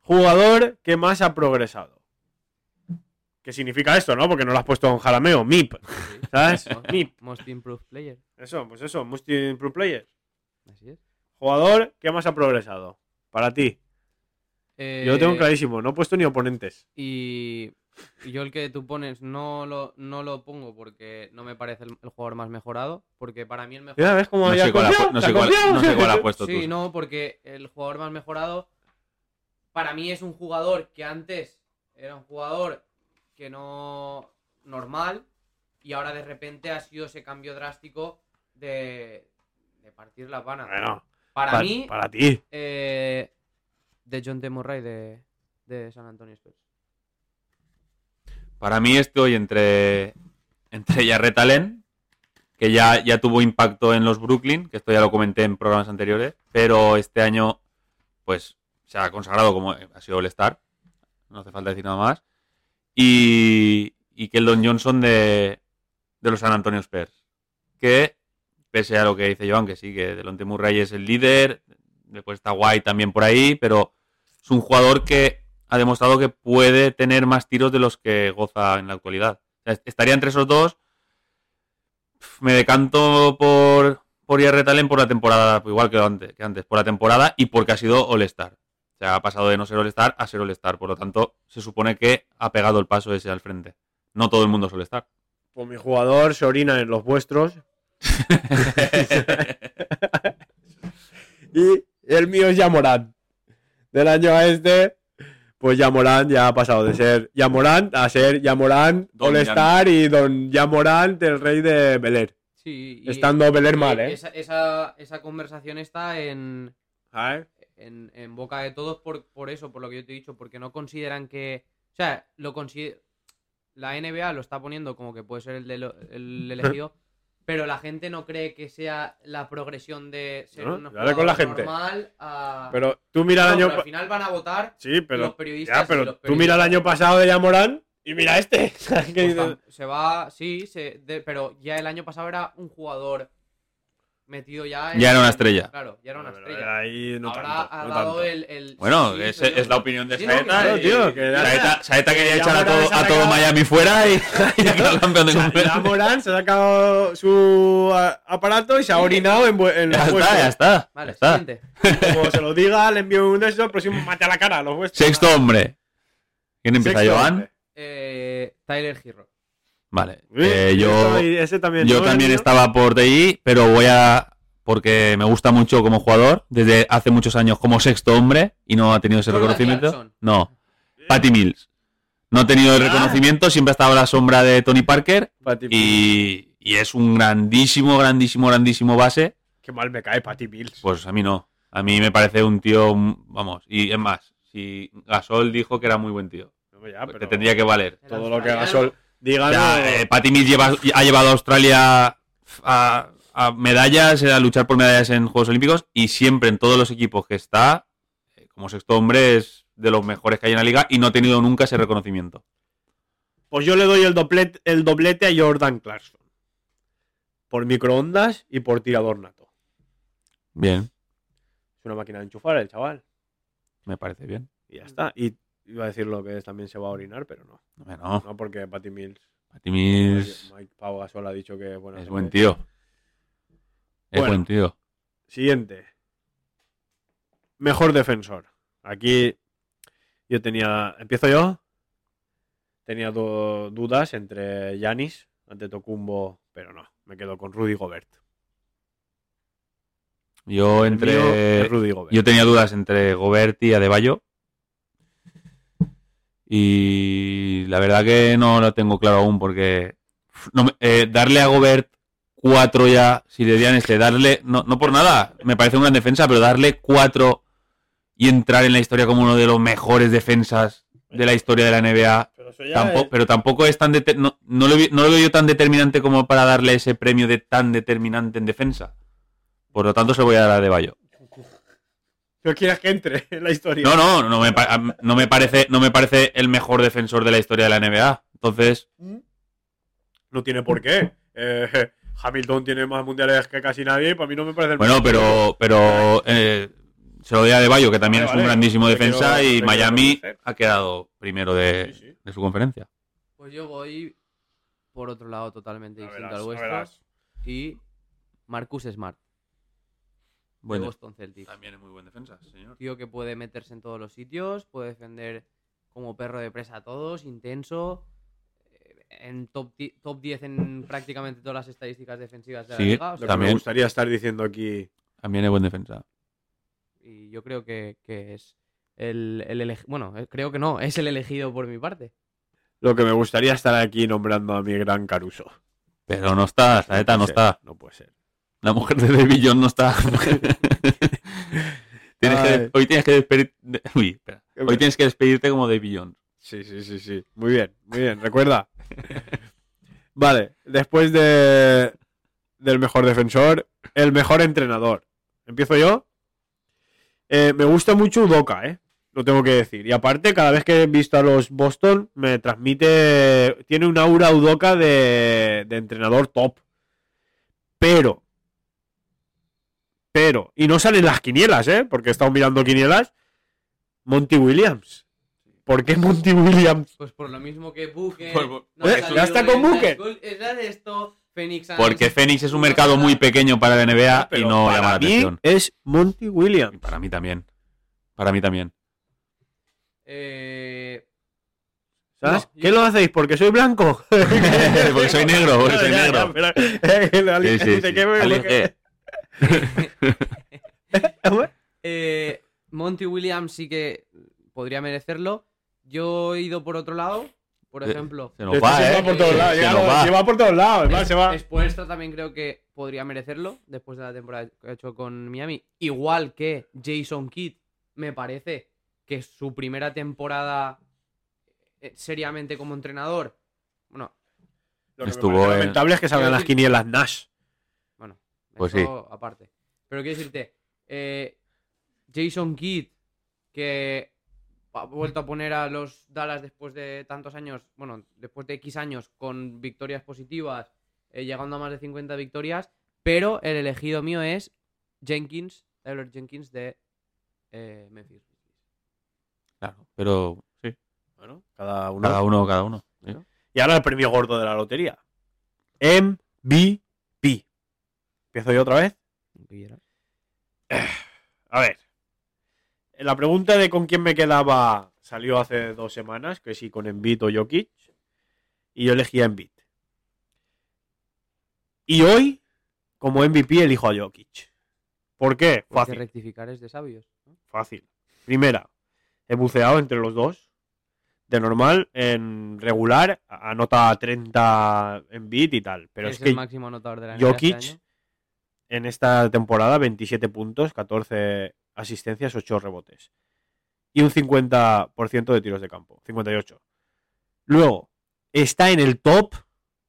Jugador que más ha progresado. ¿Qué significa esto, no? Porque no lo has puesto en jalameo. MIP. Sí. ¿Sabes? Most- MIP. Most Improved Player, Eso, pues eso. Most Improved Player. así es. Jugador que más ha progresado. Para ti. Yo lo tengo Eh, clarísimo. No he puesto ni oponentes. Y y yo el que tú pones no lo, no lo pongo porque no me parece el, el jugador más mejorado, porque para mí el mejor... Ya ves cómo No había sé cuál ha confiado, pu- no ¿te sé cuál- confiado? no sé cuál ha puesto Sí, tú. no, porque el jugador más mejorado para mí es un jugador que antes era un jugador que no normal y ahora de repente ha sido ese cambio drástico de, de partir la pana. Bueno, para, para, mí, para ti. eh, de John T. Murray de, de San Antonio Spurs. Para mí estoy entre, entre Jarrett Allen, que ya, ya tuvo impacto en los Brooklyn, que esto ya lo comenté en programas anteriores, pero este año pues se ha consagrado como eh, ha sido el star no hace falta decir nada más, y, y Keldon Johnson de, de los San Antonio Spurs, que pese a lo que dice Joan, que sí, que Delonte Murray es el líder, después está White también por ahí, pero es un jugador que ha demostrado que puede tener más tiros de los que goza en la actualidad. O sea, est- estaría entre esos dos. Pf, Me decanto por, por Jarrett Allen por la temporada, igual que antes, que antes, por la temporada y porque ha sido All-Star. O sea, ha pasado de no ser All-Star a ser All-Star. Por lo tanto, se supone que ha pegado el paso ese al frente. No todo el mundo es All-Star. Pues mi jugador se orina en los vuestros. Y el mío es Yamorán. Del año a este, pues Yamorán ya ha pasado de ser Yamorán a ser Yamorán Don All Star y Don Yamorán del rey de Beler. Sí, y- Estando Beler y mal, ¿eh? Esa, esa, esa conversación está en, ¿Sabes? en, en boca de todos por, por eso, por lo que yo te he dicho, porque no consideran que. O sea, lo consider- la NBA lo está poniendo como que puede ser el, de lo- el elegido, pero la gente no cree que sea la progresión de ser No, un dale con la jugador gente. normal a. Pero tú mira No, el año... pero al pa- final van a votar Sí, los pero... periodistas. Ya, y los pero tú periodistas. mira el año pasado de Yamorán y mira este. ¿Sabes qué Pues dices? tam- se va, sí, se- de- pero ya el año pasado era un jugador metido ya. Ya era una estrella. Claro, ya era una Pero estrella. Ahí no Ahora tanto, ha no dado tanto. el, el- Bueno, sí, es, pero- es la opinión de Sí, no, que Saeta. claro, y- tío, que ya- Saeta, Saeta quería que echar a Yamorán todo, se ha a todo acabado. Miami fuera y, y ha quedado campeón de O sea, conferencia. Yamorán se ha sacado su a- aparato y se ha orinado en, bu- en Ya los está, ya vuestros. está. ya Vale, está. siguiente. Como se lo diga, le envío un de esos, próximo mate a la cara a los vuestros. Sexto hombre. ¿Quién empieza, Sexto, Joan? Eh, Tyler Hero. Vale. Sí, Eh, yo estoy- ese también, yo ¿no? también ¿El mío? estaba por TI, pero voy a... Porque me gusta mucho como jugador, desde hace muchos años como sexto hombre, y no ha tenido ese Jordan reconocimiento. Clarkson. No, Patty Mills. No ha tenido el reconocimiento, siempre ha estado a la sombra de Tony Parker, Patty Mills. y, y es un grandísimo, grandísimo, grandísimo base. Qué mal me cae Patty Mills. Pues a mí no. A mí me parece un tío, mm, vamos, y es más, si Gasol dijo que era muy buen tío. Ya, Te Ah, pero tendría que valer. El Todo lo que haga australiano, Sol. Diga, Ya, no, eh, Patty Mills lleva- ha llevado a Australia a, a medallas, eh, a luchar por medallas en Juegos Olímpicos y siempre en todos los equipos que está, eh, como sexto hombre, es de los mejores que hay en la liga y no ha tenido nunca ese reconocimiento. Pues yo le doy el doblete, el doblete a Jordan Clarkson. Por microondas y por tirador nato. Bien, Es una máquina de enchufar el chaval. me parece bien. Y ya está. Y iba a decir lo que es, también se va a orinar, pero no. Bueno, No porque Patty Mills, Patty Mills Mike Pau Gasol ha dicho que bueno. es buen tío. Es Bueno. buen tío. Siguiente. Mejor defensor. Aquí yo tenía. ¿Empiezo yo? Tenía du- dudas entre Yanis, ante Tocumbo, pero no. Me quedo con Rudy Gobert. Yo El mío es entre, Rudy Gobert. eh, Yo tenía dudas entre Gobert y Adebayo. Y la verdad que no lo tengo claro aún porque uf, no me- eh, darle a Gobert cuatro ya, si le dieran este, darle, no, no por nada, me parece una gran defensa, pero darle cuatro y entrar en la historia como uno de los mejores defensas de la historia de la NBA, Pero eso ya eh. tampoco, es- pero tampoco es tan dete- no, no lo, vi- no lo veo yo tan determinante como para darle ese premio de tan determinante en defensa. Por lo tanto, se lo voy a dar a Adebayo. No quieras que entre en la historia. No, no, no me, pa- am- no me parece, no me parece el mejor defensor de la historia de la NBA. Entonces, No tiene por qué. Eh, Hamilton tiene más mundiales que casi nadie y para mí no me parece el bueno, mejor. pero, pero eh, se lo doy a De Bayo, que también Vale, es un vale. grandísimo Te defensa, quiero- te y quiero Miami reconocer. ha quedado primero de, Sí, sí. de su conferencia. Pues yo voy por otro lado totalmente Ya distinto verás, al ya vuestro. verás. Y Marcus Smart, de Bueno, Boston Celtics. también es muy buen defensa, señor. Tío que puede meterse en todos los sitios, puede defender como perro de presa a todos, intenso. eh, En top, ti- top 10 en prácticamente todas las estadísticas defensivas de la Sí, liga. o Lo que sea, También. me gustaría estar diciendo aquí. También es buen defensa. y yo creo que, que es el, el elegi- Bueno, eh, creo que no, es el elegido por mi parte. Lo que me gustaría estar aquí nombrando a mi gran Caruso. Pero no está, Zaeta no puede ser, está. No puede ser. La mujer de David Jones no está. Tienes que- Ay. hoy tienes que despedirte. Uy, espera. Qué Hoy bueno. tienes que despedirte como David Jones. Sí, sí, sí, sí. Muy bien, muy bien, recuerda. Vale, después de del mejor defensor, el mejor entrenador. ¿Empiezo yo? Eh, me gusta mucho Udoca, ¿eh? Lo tengo que decir. Y aparte, cada vez que he visto a los Boston, me transmite. Tiene un aura Udoca de, de entrenador top. Pero. Pero. Y no salen las quinielas, ¿eh? Porque he estado mirando quinielas. Monty Williams. ¿Por qué Monty Williams? Pues por lo mismo que Booker. Por- por- no ha Eh, salido ya está con de la Booker. school, Es la de esto, Phoenix Suns. Porque Fénix es un mercado muy pequeño para la NBA Ah, y Pero no para llama la mí atención. Es Monty Y Williams. para mí también. Para mí también. Eh, ¿Sabes? No, ¿Qué yo- lo hacéis? ¿Porque soy blanco. porque soy negro, porque soy Ya, ya, negro. pero- eh, que la- Sí, sí, dice sí. que me- Ali- porque- eh, eh, Monty Williams sí que podría merecerlo. Yo he ido por otro lado. Por Eh, ejemplo, Se Se nos va, va ¿eh? por todos lados. Se ya nos lo- va. Se va por todos lados. además, se va. Expuesto también creo que podría merecerlo después de la temporada que ha hecho con Miami. Igual que Jason Kidd, me parece que su primera temporada eh, seriamente como entrenador. Bueno, Lo que me Estuvo parece en- lamentable es que salgan las quinielas Nash. Bueno, Pues eso aparte. Pero quiero decirte, eh, Jason Kidd, que ha vuelto a poner a los Dallas después de tantos años, bueno, después de X años con victorias positivas, eh, llegando a más de 50 victorias, pero el elegido mío es Jenkins, Taylor Jenkins de eh, Memphis. Claro, pero sí, Bueno, cada uno. cada uno, cada uno. sí. Y ahora el premio gordo de la lotería. MVP. Empiezo yo otra vez. A ver. La pregunta de con quién me quedaba salió hace dos semanas, que sí, con Embiid o Jokic. Y yo elegí a Embiid. Y hoy, como MVP, elijo a Jokic. ¿Por qué? Porque Fácil, rectificar es de sabios. ¿no? fácil. Primera, he buceado entre los dos. De normal, en regular, a- anota 30 Embiid y tal. Pero es, el que máximo anotador de la NBA este Jokic año. en esta temporada 27 puntos, 14 asistencias, 8 rebotes. Y un 50% de tiros de campo, 58. Luego, está en el top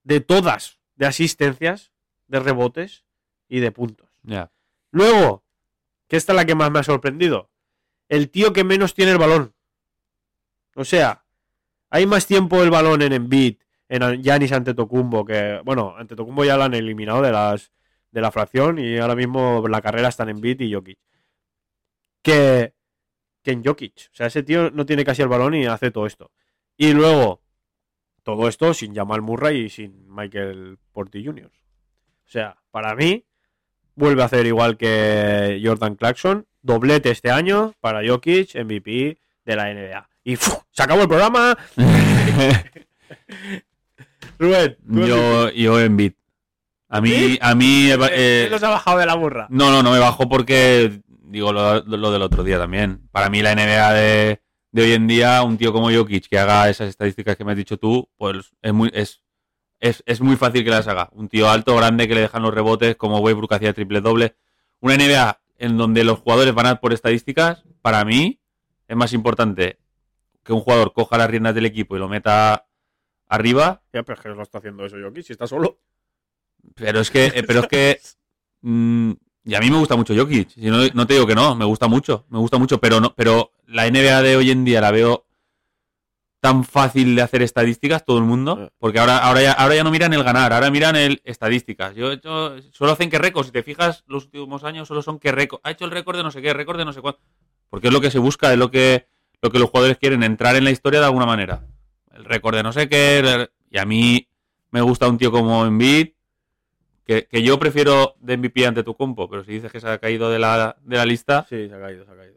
de todas, de asistencias, de rebotes y de puntos. Ya. Luego, que esta es la que más me ha sorprendido, el tío que menos tiene el balón. O sea, hay más tiempo el balón en Embiid, en Yanis Antetokounmpo, que, bueno, Antetokounmpo ya la han eliminado de las de la fracción y ahora mismo la carrera está en Embiid y Jokic. Que, que en Jokic. O sea, ese tío no tiene casi el balón y hace todo esto. Y luego, todo esto sin Jamal Murray y sin Michael Porti Jr. O sea, para mí, vuelve a hacer igual que Jordan Clarkson. Doblete este año para Jokic, MVP de la NBA. Y ¡fu! se acabó el programa. Rubén, tú yo, yo en bit. A mí, a mí. eh, eh, ¿Quién los ha bajado de la burra? No, no, no me bajo porque digo lo, lo del otro día también. Para mí la NBA de, de hoy en día, un tío como Jokic que haga esas estadísticas que me has dicho tú, pues es muy, es, es, es muy fácil que las haga. Un tío alto, grande, que le dejan los rebotes, como Westbrook hacía triple doble. Una NBA en donde los jugadores van a por estadísticas, para mí es más importante que un jugador coja las riendas del equipo y lo meta arriba Ya, pero es que no está haciendo eso Jokic, si está solo. pero es que, eh, pero es que. mm, y a mí me gusta mucho Jokic. Si no, no te digo que no, me gusta mucho. Me gusta mucho, pero no, pero la NBA de hoy en día la veo tan fácil de hacer estadísticas, todo el mundo. Eh. Porque ahora, ahora ya, ahora ya no miran el ganar, ahora miran el estadísticas. Yo, he hecho- solo hacen que récords. Si te fijas, los últimos años solo son que récords. Ha hecho el récord de no sé qué, récord de no sé cuánto. Porque es lo que se busca, es lo que, lo que los jugadores quieren, entrar en la historia de alguna manera. El récord de no sé qué. el- Y a mí me gusta un tío como Embiid, que, que yo prefiero de MVP ante tu compo, pero si dices que se ha caído de la, de la lista. Sí, se ha caído, se ha caído.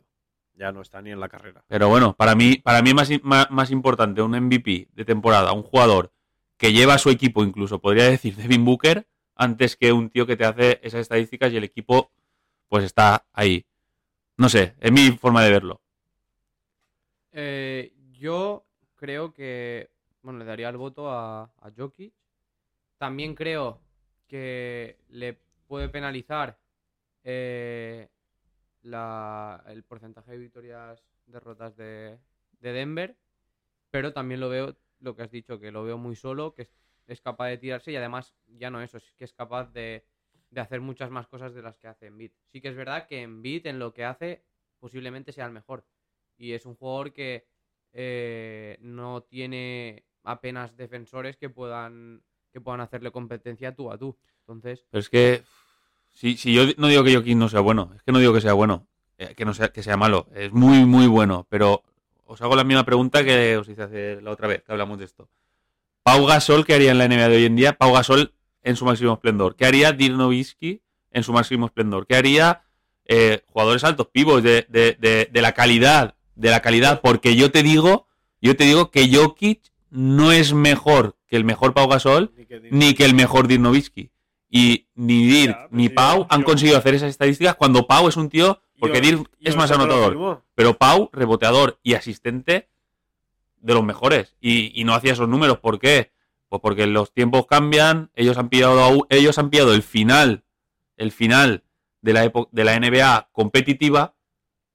Ya no está ni en la carrera. Pero bueno, para mí, para mí es más, i- ma- más, importante un MVP de temporada, un jugador que lleva a su equipo, incluso podría decir Devin Booker, antes que un tío que te hace esas estadísticas y el equipo pues está ahí. No sé, es mi forma de verlo. Eh, yo creo que, bueno, le daría el voto a, a Jokic. También creo que le puede penalizar eh, la- el porcentaje de victorias derrotas de, de Denver, pero también lo veo, lo que has dicho, que lo veo muy solo, que es, es capaz de tirarse y además ya no eso, es que es capaz de, de hacer muchas más cosas de las que hace Embiid. Sí que es verdad que Embiid en lo que hace posiblemente sea el mejor y es un jugador que eh, no tiene apenas defensores que puedan que puedan hacerle competencia tú a tú. Entonces, Pero es que si, si yo no digo que Jokic no sea bueno, es que no digo que sea bueno, eh, que no sea que sea malo, es muy muy bueno, pero os hago la misma pregunta que os hice hace la otra vez que hablamos de esto. Pau Gasol, ¿qué haría en la NBA de hoy en día? Pau Gasol en su máximo esplendor. ¿Qué haría Dirk Nowitzki en su máximo esplendor? ¿Qué haría eh, jugadores altos, pivos de, de- de- de la calidad? De la calidad, porque yo te digo, yo te digo que Jokic no es mejor que el mejor Pau Gasol ni que el mejor Dirk Nowitzki. Y ni Dirk Ya, pero ni yo- Pau han yo- conseguido hacer esas estadísticas cuando Pau es un tío, porque Dirk es más anotador, pero Pau, reboteador y asistente de los mejores. Y, y no hacía esos números, ¿por qué? Pues porque los tiempos cambian, ellos han pillado, a u- ellos han pillado el final, el final de la, epo- de la NBA competitiva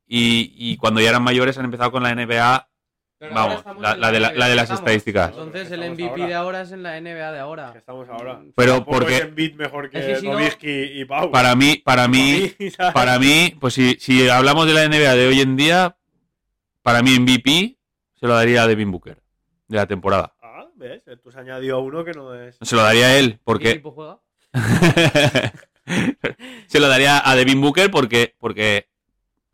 y, y cuando ya eran mayores han empezado con la NBA Pero ahora Vamos, estamos la, en la de, la, NBA la de que las estamos. estadísticas. Entonces el Estamos MVP ahora. de ahora es en la NBA de ahora. Estamos ahora. Pero Tampoco porque- es Embiid mejor que Es que si no- Nowitzki y Pau. Para mí, para mí, ¿sabes? Para mí, pues si, si hablamos de la NBA de hoy en día, para mí MVP se lo daría a Devin Booker de la temporada. Ah, ¿ves? Tú has añadido uno que no es. Se lo daría a él ¿Qué porque equipo juega? se lo daría a Devin Booker porque porque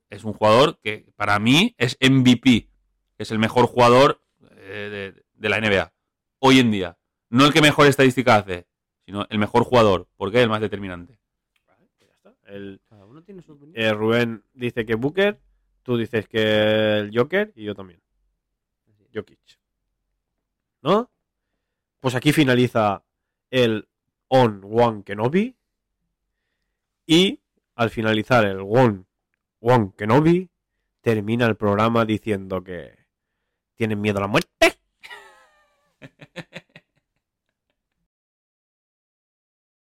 es un jugador que para mí es MVP, es el mejor jugador eh, de, de la NBA hoy en día. No el que mejor estadística hace, sino el mejor jugador, porque es el más determinante. Ya está. El, Cada uno tiene su opinión. eh, Rubén dice que Booker, tú dices que el Joker y yo también. Jokic. ¿No? Pues aquí finaliza el On One Kenobi. Y al finalizar el One One Kenobi, termina el programa diciendo que tienen miedo a la muerte.